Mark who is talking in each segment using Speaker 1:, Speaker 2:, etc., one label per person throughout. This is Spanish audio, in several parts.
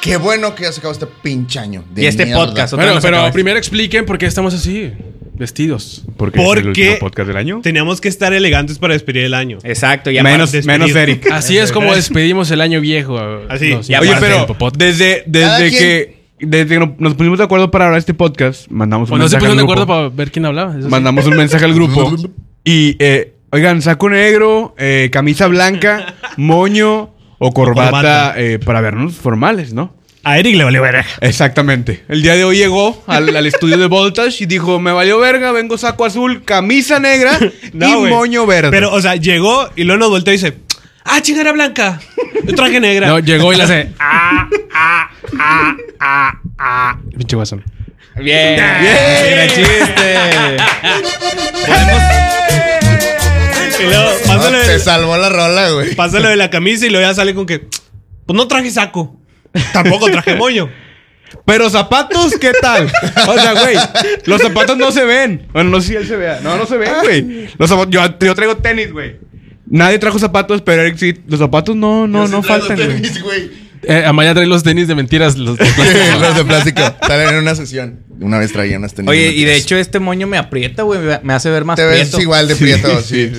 Speaker 1: Qué bueno que ya se acabó este pinchaño. de
Speaker 2: Y este
Speaker 1: mierda.
Speaker 2: podcast.
Speaker 3: Bueno,
Speaker 2: nos
Speaker 3: pero
Speaker 2: acabas.
Speaker 3: primero expliquen por qué estamos así, vestidos.
Speaker 4: Porque es el
Speaker 5: Porque-
Speaker 4: último podcast del año.
Speaker 5: Teníamos que estar elegantes para despedir el año.
Speaker 2: Exacto, y
Speaker 4: Menos,
Speaker 2: aparte-
Speaker 4: menos Eric.
Speaker 3: Así es como despedimos el año viejo.
Speaker 5: Así,
Speaker 3: Los-
Speaker 5: y
Speaker 4: Oye,
Speaker 3: aparte
Speaker 4: pero
Speaker 3: del podcast.
Speaker 4: desde,
Speaker 1: Cada
Speaker 4: desde
Speaker 1: quien-
Speaker 4: que desde que no- nos pusimos de acuerdo para grabar este podcast, mandamos un
Speaker 3: O Pues no se
Speaker 4: mensaje
Speaker 3: pusieron de
Speaker 4: al grupo.
Speaker 3: acuerdo para ver quién hablaba. eso sí.
Speaker 4: Mandamos un mensaje al grupo. Y, eh, oigan, saco negro, eh, camisa blanca, moño o corbata,
Speaker 5: corbata.
Speaker 4: eh, para vernos formales, ¿no?
Speaker 5: A Eric le valió verga.
Speaker 4: Exactamente. El día de hoy llegó al, al estudio de Voltage y dijo, me valió verga, vengo saco azul, camisa negra y
Speaker 5: No, güey.
Speaker 4: moño verde.
Speaker 5: Pero, o sea, llegó y luego nos volteó y dice: ¡Ah, chingada blanca! Yo traje negra.
Speaker 3: No, llegó y le hace. Ah, ah, ah, ah. Pinche guasón.
Speaker 2: Bien. Bien. chiste.
Speaker 5: y luego pasa lo
Speaker 1: No, se
Speaker 5: de-
Speaker 1: salvó la rola, güey.
Speaker 5: pasa lo de la camisa y luego ya sale con que: Pues no traje saco. Tampoco traje moño.
Speaker 4: Pero zapatos, ¿qué tal? O sea, güey, los zapatos no se ven. Bueno, no sé si él se vea. No, no se ven, güey. Los zapatos, yo, yo traigo tenis, güey. Nadie trajo zapatos, pero Eric sí. Los zapatos no, no, no faltan, güey.
Speaker 1: güey.
Speaker 3: Eh, Amaya trae los tenis de mentiras. Los de plástico.
Speaker 1: Los de plástico. Salen en una sesión. Una vez traía unas tenis.
Speaker 2: Oye, y de
Speaker 1: mentiras.
Speaker 2: hecho este moño me aprieta, güey. me- Me hace ver más
Speaker 1: Te ves
Speaker 2: prieto.
Speaker 1: igual de prieto, sí.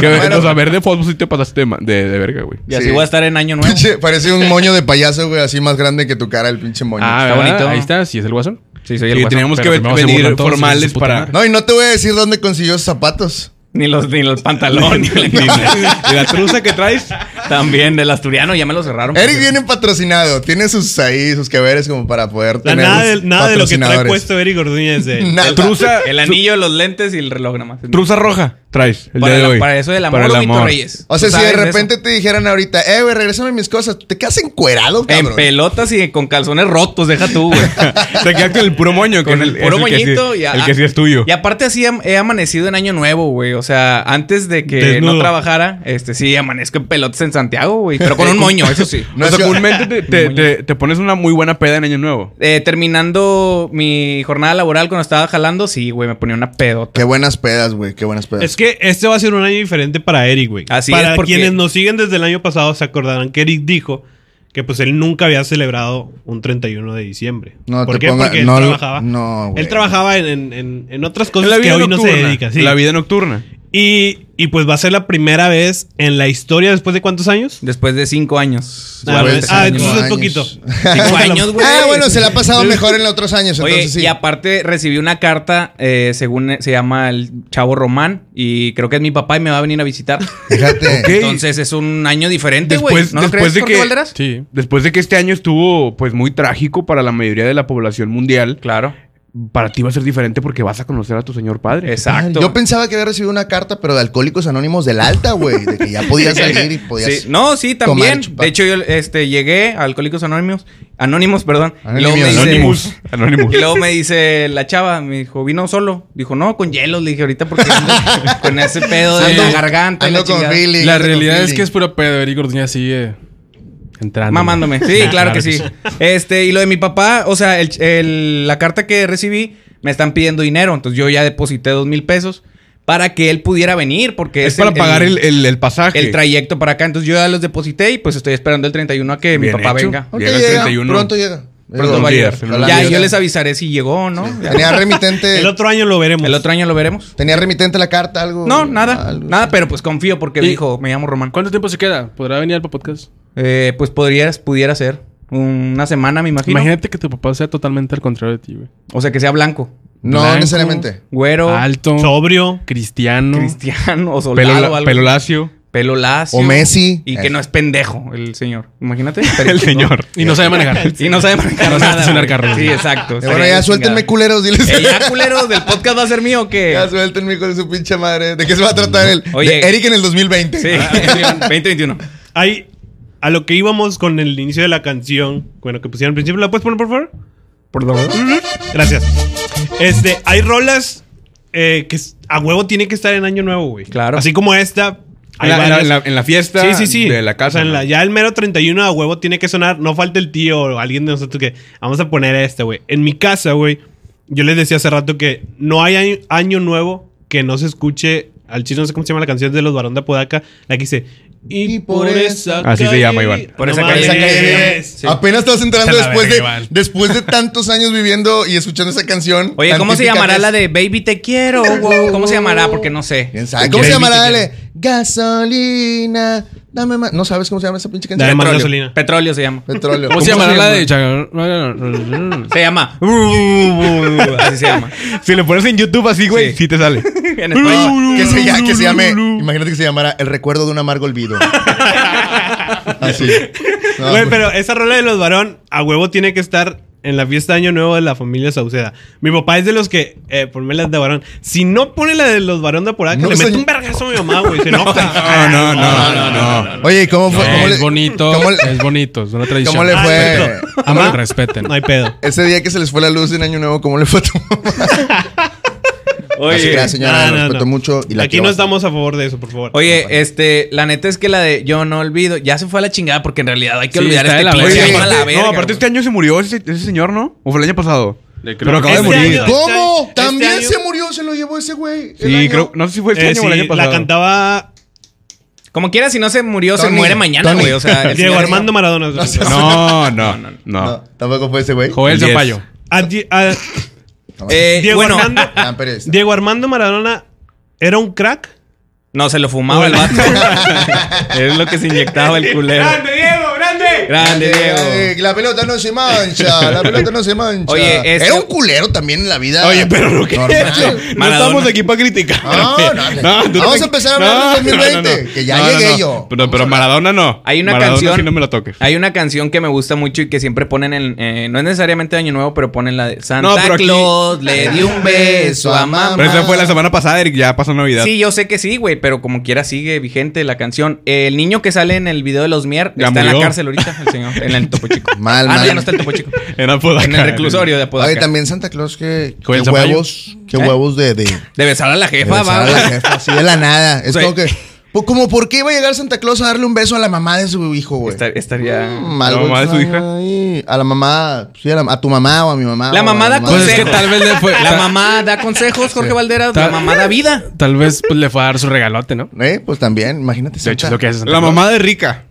Speaker 4: Que,
Speaker 1: Bueno.
Speaker 4: o sea, ver de fútbol sí te pasaste de, ma- de, de verga, güey.
Speaker 2: Y así
Speaker 1: Sí.
Speaker 2: voy a estar en año nuevo.
Speaker 1: Pinche- parece un moño de payaso, güey, así más grande que tu cara, el pinche moño.
Speaker 3: Ah,
Speaker 2: Está
Speaker 3: ¿verdad?
Speaker 2: bonito.
Speaker 3: Ahí está, sí es el guasón.
Speaker 2: Sí, soy el
Speaker 4: Y
Speaker 2: guasón.
Speaker 4: teníamos que
Speaker 3: pero
Speaker 4: ver-
Speaker 3: primero se
Speaker 4: venir
Speaker 3: burlan todos,
Speaker 4: formales
Speaker 3: hijos de
Speaker 4: para...
Speaker 3: puta
Speaker 1: No, y no te voy a decir dónde consiguió esos zapatos.
Speaker 2: Ni los, ni los pantalones. ni la-
Speaker 4: Y la truza que traes.
Speaker 2: También del asturiano, ya me lo cerraron.
Speaker 1: Eric viene patrocinado. Tiene sus ahí, sus que veres como para poder
Speaker 5: O sea,
Speaker 1: tener
Speaker 5: nada de,
Speaker 1: sus
Speaker 5: nada de lo que trae
Speaker 1: patrocinadores.
Speaker 5: puesto Eric Orduña es de él.
Speaker 1: Nada.
Speaker 4: Truza,
Speaker 2: El anillo, los lentes y el reloj nomás.
Speaker 4: truza roja traes el
Speaker 2: para,
Speaker 4: día de
Speaker 2: la-
Speaker 4: hoy.
Speaker 2: para eso del amor,
Speaker 4: Para el
Speaker 2: Lobito
Speaker 4: amor.
Speaker 2: Reyes.
Speaker 1: O sea,
Speaker 2: Tú
Speaker 1: si de
Speaker 2: sabes
Speaker 1: repente
Speaker 2: eso.
Speaker 1: te dijeran ahorita, eh, güey, regresame mis cosas, te quedas encuerado,
Speaker 2: En
Speaker 1: cabrón.
Speaker 2: pelotas y con calzones rotos, deja tú, güey.
Speaker 4: Te quedas con el puro moño.
Speaker 2: Con el
Speaker 4: es
Speaker 2: puro
Speaker 4: que sí-
Speaker 2: moñito. y a-
Speaker 4: El que sí es tuyo.
Speaker 2: Y aparte así am- he amanecido en Año Nuevo, güey. O sea, antes de que
Speaker 5: Desnudo.
Speaker 2: no trabajara, este sí amanezco en pelotas en Santiago, güey. Pero con un moño, eso sí.
Speaker 1: No
Speaker 4: o sea,
Speaker 1: es-
Speaker 4: comúnmente te, te- te- te pones una muy buena peda en Año Nuevo.
Speaker 2: Eh, terminando mi jornada laboral cuando estaba jalando, sí, güey, me ponía una pedota.
Speaker 1: Qué buenas pedas, güey, qué buenas pedas.
Speaker 5: Es que este va a ser un año diferente para Eric, güey.
Speaker 2: Así
Speaker 5: para
Speaker 2: es, porque-
Speaker 5: quienes nos siguen desde el año pasado se acordarán que Eric dijo que pues él nunca había celebrado un 31 de diciembre.
Speaker 1: No
Speaker 5: ¿Por
Speaker 1: te
Speaker 5: qué?
Speaker 1: ponga-
Speaker 5: Porque él
Speaker 1: no,
Speaker 5: trabajaba.
Speaker 1: no, güey.
Speaker 5: él trabajaba en, en- en- en otras cosas
Speaker 4: la
Speaker 5: que
Speaker 4: vida
Speaker 5: hoy
Speaker 4: nocturna.
Speaker 5: no se dedica. sí.
Speaker 4: La vida nocturna.
Speaker 5: Y, y, pues va a ser la primera vez en la historia después de cuántos años?
Speaker 2: Después de cinco años.
Speaker 5: Ah,
Speaker 1: Después
Speaker 5: bueno,
Speaker 1: de cinco
Speaker 5: ah, entonces es
Speaker 1: años.
Speaker 5: poquito.
Speaker 2: Cinco años, güey.
Speaker 1: Ah, bueno, se la ha pasado mejor en los otros años,
Speaker 2: Oye,
Speaker 1: Pues entonces sí.
Speaker 2: y aparte recibí una carta, eh, según se llama el chavo Román, y creo que es mi papá y me va a venir a visitar.
Speaker 1: Fíjate.
Speaker 4: Ok.
Speaker 2: Entonces es un año diferente, güey.
Speaker 4: Después,
Speaker 2: ¿No lo crees,
Speaker 4: después de
Speaker 2: Jorge
Speaker 4: que,
Speaker 2: Valderas?
Speaker 3: Sí.
Speaker 4: después de que este año estuvo pues muy trágico para la mayoría de la población mundial,
Speaker 2: Claro.
Speaker 4: para ti va a ser diferente porque vas a conocer a tu señor padre.
Speaker 2: Exacto.
Speaker 1: Yo pensaba que había recibido una carta, pero de Alcohólicos Anónimos del Alta, güey. De que ya podías salir y podías...
Speaker 2: Sí, No, sí,
Speaker 1: tomar
Speaker 2: también.
Speaker 1: y chupar.
Speaker 2: De hecho, yo este, llegué a Alcohólicos Anónimos. Anónimos, perdón. Y luego
Speaker 1: Anónimos.
Speaker 2: me dice-
Speaker 4: Anonymous. Anonymous.
Speaker 2: Y luego me dice la chava, me dijo, vino solo. Dijo, no, con hielos. Le dije, ahorita porque ando con ese pedo de la garganta. y la
Speaker 1: Ando con
Speaker 2: chingada".
Speaker 1: feeling.
Speaker 3: La
Speaker 1: ando con
Speaker 3: realidad es
Speaker 1: feeling.
Speaker 3: que es pura pedo. Eric Orduña sigue
Speaker 4: Ah,
Speaker 3: entrando.
Speaker 2: Mamándome. Sí, claro, que sí. Este, y lo de mi papá, o sea, el- el- la carta que recibí, me están pidiendo dinero. Entonces yo ya deposité dos mil pesos para que él pudiera venir. Porque
Speaker 4: es para
Speaker 2: el-
Speaker 4: pagar
Speaker 2: el-
Speaker 4: el, el- el pasaje.
Speaker 2: el trayecto para acá. Entonces yo ya los deposité y pues estoy esperando el 31 a que
Speaker 4: Bien
Speaker 2: mi papá
Speaker 4: hecho.
Speaker 2: venga.
Speaker 1: Ok,
Speaker 4: Llega el
Speaker 1: llega,
Speaker 4: 31.
Speaker 1: Pronto llega.
Speaker 2: Pronto
Speaker 4: Dos
Speaker 2: va a
Speaker 4: días,
Speaker 2: llegar.
Speaker 4: en unos
Speaker 2: Ya,
Speaker 4: días.
Speaker 2: yo les avisaré si llegó o no.
Speaker 1: Tenía remitente...
Speaker 5: El otro año lo veremos.
Speaker 2: El otro año lo veremos.
Speaker 1: Tenía remitente la carta, algo...
Speaker 2: No, nada.
Speaker 1: algo.
Speaker 2: Nada, pero pues confío porque
Speaker 3: Y-
Speaker 2: dijo, me llamo Román.
Speaker 3: ¿Cuánto tiempo se queda? ¿Podrá venir al podcast?
Speaker 2: Eh, pues podrías, pudiera ser. Una semana, me imagino.
Speaker 3: Imagínate que tu papá sea totalmente al contrario de ti, güey.
Speaker 2: O sea, que sea blanco,
Speaker 1: No
Speaker 3: Blanco,
Speaker 1: necesariamente.
Speaker 2: güero,
Speaker 3: Alto,
Speaker 5: Sobrio.
Speaker 3: cristiano.
Speaker 2: cristiano o
Speaker 4: Pelo,
Speaker 2: soldado. o algo.
Speaker 4: pelo lacio.
Speaker 2: Pelo lacio.
Speaker 1: O Messi.
Speaker 2: Y
Speaker 1: Eh.
Speaker 2: que no es pendejo el señor. Imagínate.
Speaker 4: El señor.
Speaker 3: Y no sabe manejar.
Speaker 2: Y no sabe manejar
Speaker 3: No sabe
Speaker 2: nada,
Speaker 3: estacionar
Speaker 2: güey.
Speaker 3: carros.
Speaker 2: Sí, exacto.
Speaker 1: Eh, bueno,
Speaker 2: Estaría
Speaker 1: ya
Speaker 2: de
Speaker 1: suéltenme,
Speaker 2: chingada.
Speaker 1: culeros, diles.
Speaker 2: Eh, ya, culero, ¿del podcast va a ser mío o qué?
Speaker 1: Ya suéltenme con su pinche madre. ¿De qué se va a tratar el...
Speaker 2: Oye.
Speaker 1: de Eric en el 2020.
Speaker 2: Sí, 2021.
Speaker 5: Ahí, a lo que íbamos con el inicio de la canción, bueno, que pusieron al principio, ¿la puedes poner, por favor?
Speaker 2: Por favor.
Speaker 5: Gracias. Este, hay rolas eh, que s- a huevo tiene que estar en Año Nuevo, güey.
Speaker 2: Claro.
Speaker 5: Así como esta. hay
Speaker 4: En la, en la-
Speaker 5: varias.
Speaker 4: en la- en la fiesta
Speaker 5: sí, sí, sí.
Speaker 4: de la casa.
Speaker 5: O sea, en
Speaker 4: ¿no?
Speaker 5: la- ya el mero 31 a huevo tiene que sonar. No falta el tío o alguien de nosotros que vamos a poner esta, güey. En mi casa, güey, yo les decía hace rato que no hay año, año nuevo que no se escuche al chino, no sé cómo se llama la canción de los Barón de Apodaca, la que dice.
Speaker 1: Y por esa
Speaker 4: Así se llama, Iván.
Speaker 2: Por esa
Speaker 1: Esa
Speaker 2: calle-
Speaker 1: calle-
Speaker 2: Ah, Sí.
Speaker 1: Apenas estás entrando
Speaker 5: Se la
Speaker 1: después
Speaker 5: verga,
Speaker 1: de,
Speaker 5: Iván.
Speaker 1: después de tantos años viviendo y escuchando esa canción.
Speaker 2: Oye,
Speaker 1: tan
Speaker 2: ¿cómo se
Speaker 1: típica que
Speaker 2: llamará
Speaker 1: es?
Speaker 2: la de Baby Te Quiero? wow? ¿Cómo se llamará? Porque no sé.
Speaker 1: ¿Quién sabe? ¿Cómo se llamará la de gasolina? Dame más. ¿No sabes cómo se llama esa pinche canción?
Speaker 5: Dale más
Speaker 1: Petróleo.
Speaker 5: gasolina.
Speaker 2: Petróleo se llama.
Speaker 1: Petróleo.
Speaker 3: ¿Cómo se llamará la de
Speaker 2: Se llama. Uh, Así se llama.
Speaker 4: Si lo pones en YouTube así, güey,
Speaker 2: Sí.
Speaker 4: sí te sale.
Speaker 2: En
Speaker 1: Uh,
Speaker 2: español.
Speaker 1: Que se, llame- que se llame, imagínate que se llamara El recuerdo de un amargo olvido. Ah, Así. No, pues.
Speaker 5: Güey, pero esa rola de los varón a huevo tiene que estar en la fiesta de Año Nuevo de la familia Sauceda. Mi papá es de los que, eh, ponme las de varón. Si no pone la de los varón de apurada, que
Speaker 1: No,
Speaker 5: le mete
Speaker 1: señor.
Speaker 5: un vergazo a mi mamá, güey. Se enoja.
Speaker 4: No, no, no, no.
Speaker 1: pues, Oye, ¿y ¿cómo fue? ¿Cómo
Speaker 3: Eh, Es bonito,
Speaker 1: cómo le-
Speaker 3: es bonito, es una tradición.
Speaker 1: ¿Cómo le
Speaker 5: Ah,
Speaker 1: fue?
Speaker 5: perfecto.
Speaker 3: Ama,
Speaker 5: Mamá,
Speaker 3: respeten.
Speaker 5: No hay pedo.
Speaker 1: Ese día que se les fue la luz en Año Nuevo, ¿cómo le fue a tu mamá? Así que la señora,
Speaker 5: no,
Speaker 1: la
Speaker 5: no,
Speaker 1: respeto
Speaker 5: no.
Speaker 1: mucho. Y la
Speaker 5: Aquí
Speaker 1: quiero
Speaker 5: no
Speaker 1: bastante.
Speaker 5: estamos a favor de eso, por favor.
Speaker 4: eh,
Speaker 2: Oye, este, la neta es que la de Yo no olvido ya se fue a la chingada porque en realidad hay que
Speaker 3: Sí,
Speaker 2: olvidar
Speaker 3: está de
Speaker 2: este
Speaker 3: la
Speaker 2: pinche
Speaker 3: verga.
Speaker 2: año a la
Speaker 4: aparte-
Speaker 2: verga.
Speaker 4: no, aparte este año se murió ese, ese señor, ¿no? ¿O fue el año pasado?
Speaker 3: Le creo
Speaker 4: Pero
Speaker 3: que
Speaker 4: acaba de
Speaker 5: este
Speaker 4: morir.
Speaker 5: año-
Speaker 1: ¿Cómo?
Speaker 5: Este
Speaker 1: También
Speaker 5: año-
Speaker 1: se murió, se lo llevó ese güey. el
Speaker 4: Sí,
Speaker 1: año.
Speaker 4: creo. No sé si fue este
Speaker 5: Eh,
Speaker 4: año o el
Speaker 5: sí,
Speaker 4: año pasado.
Speaker 5: La cantaba
Speaker 2: Como quiera, si no se murió, se
Speaker 1: Tony,
Speaker 2: muere mañana,
Speaker 1: Tony.
Speaker 2: güey. O sea, el
Speaker 5: Diego
Speaker 2: señor-
Speaker 5: Armando Maradona.
Speaker 4: No, no, no.
Speaker 1: No, tampoco fue ese güey.
Speaker 3: Joel
Speaker 4: Yes.
Speaker 3: Zapallo.
Speaker 5: A Di- a-
Speaker 2: Eh,
Speaker 5: Diego
Speaker 2: bueno,
Speaker 5: Armando.
Speaker 1: Ah, pero es-
Speaker 5: Diego Armando Maradona era un crack.
Speaker 2: No, se lo fumaba el vato. es lo que se inyectaba el culero.
Speaker 4: Ah,
Speaker 5: Diego! ¡Grande!
Speaker 2: Grande, Diego.
Speaker 1: Eh, La pelota no se mancha, la pelota no se mancha.
Speaker 2: Oye, este-
Speaker 1: Era un culero también en la vida.
Speaker 4: Oye, pero lo que
Speaker 1: Normal.
Speaker 4: No
Speaker 2: Maradona.
Speaker 4: estamos aquí para criticar.
Speaker 1: No,
Speaker 4: güey.
Speaker 1: no,
Speaker 4: tú
Speaker 1: Ah. vamos
Speaker 4: te-
Speaker 1: a empezar a hablar del 2020, que ya llegué
Speaker 4: no.
Speaker 1: yo.
Speaker 4: Pero, pero Maradona no.
Speaker 2: Hay una
Speaker 4: Maradona
Speaker 2: canción.
Speaker 4: sí no me lo toques.
Speaker 2: Hay una canción que me gusta mucho y que siempre ponen en. eh, no es necesariamente Año Nuevo, pero ponen la de Santa
Speaker 4: No, pero aquí-
Speaker 2: Claus le dio un beso a mamá.
Speaker 4: Pero esa fue la semana pasada, Eric. Ya pasó Navidad.
Speaker 2: Sí, yo sé que sí, güey, pero como quiera sigue vigente la canción. El niño que sale en el video de los Mier
Speaker 4: Ya
Speaker 2: está en la
Speaker 4: murió.
Speaker 2: cárcel ahorita, el señor, en el Topo Chico.
Speaker 1: Mal,
Speaker 2: ah, no,
Speaker 1: mal.
Speaker 2: ya no está el Topo Chico.
Speaker 4: En Apodaca.
Speaker 2: En el reclusorio de Apodaca.
Speaker 1: Oye, también Santa Claus, que, que
Speaker 4: Joel Zapallo.
Speaker 1: huevos, que huevos de, de, de
Speaker 2: De besar a la jefa,
Speaker 1: besar
Speaker 2: va.
Speaker 1: a la jefa, así de la nada. Es
Speaker 2: Sí.
Speaker 1: como que, po- como por qué iba a llegar Santa Claus a darle un beso a la mamá de su hijo, güey.
Speaker 2: Estar- estaría.
Speaker 1: Mm,
Speaker 4: ¿A la
Speaker 1: algo
Speaker 4: mamá de su
Speaker 1: extraño
Speaker 4: hija?
Speaker 1: ahí. A la mamá, sí, a, la- a tu mamá o a mi mamá.
Speaker 2: La
Speaker 1: o
Speaker 2: mamá
Speaker 1: a
Speaker 2: da
Speaker 1: mamá
Speaker 3: Pues
Speaker 1: de-
Speaker 3: es que
Speaker 2: consejos.
Speaker 3: tal vez le fue.
Speaker 2: La mamá da consejos, Jorge Valderas. La
Speaker 3: Ta-
Speaker 2: mamá da vida.
Speaker 3: Tal vez pues, le fue a dar su regalote, ¿no?
Speaker 1: Eh, pues también, imagínate.
Speaker 3: De
Speaker 1: Santa.
Speaker 3: hecho, es lo que hace Santa
Speaker 4: La
Speaker 3: Claus.
Speaker 4: mamá de Rica.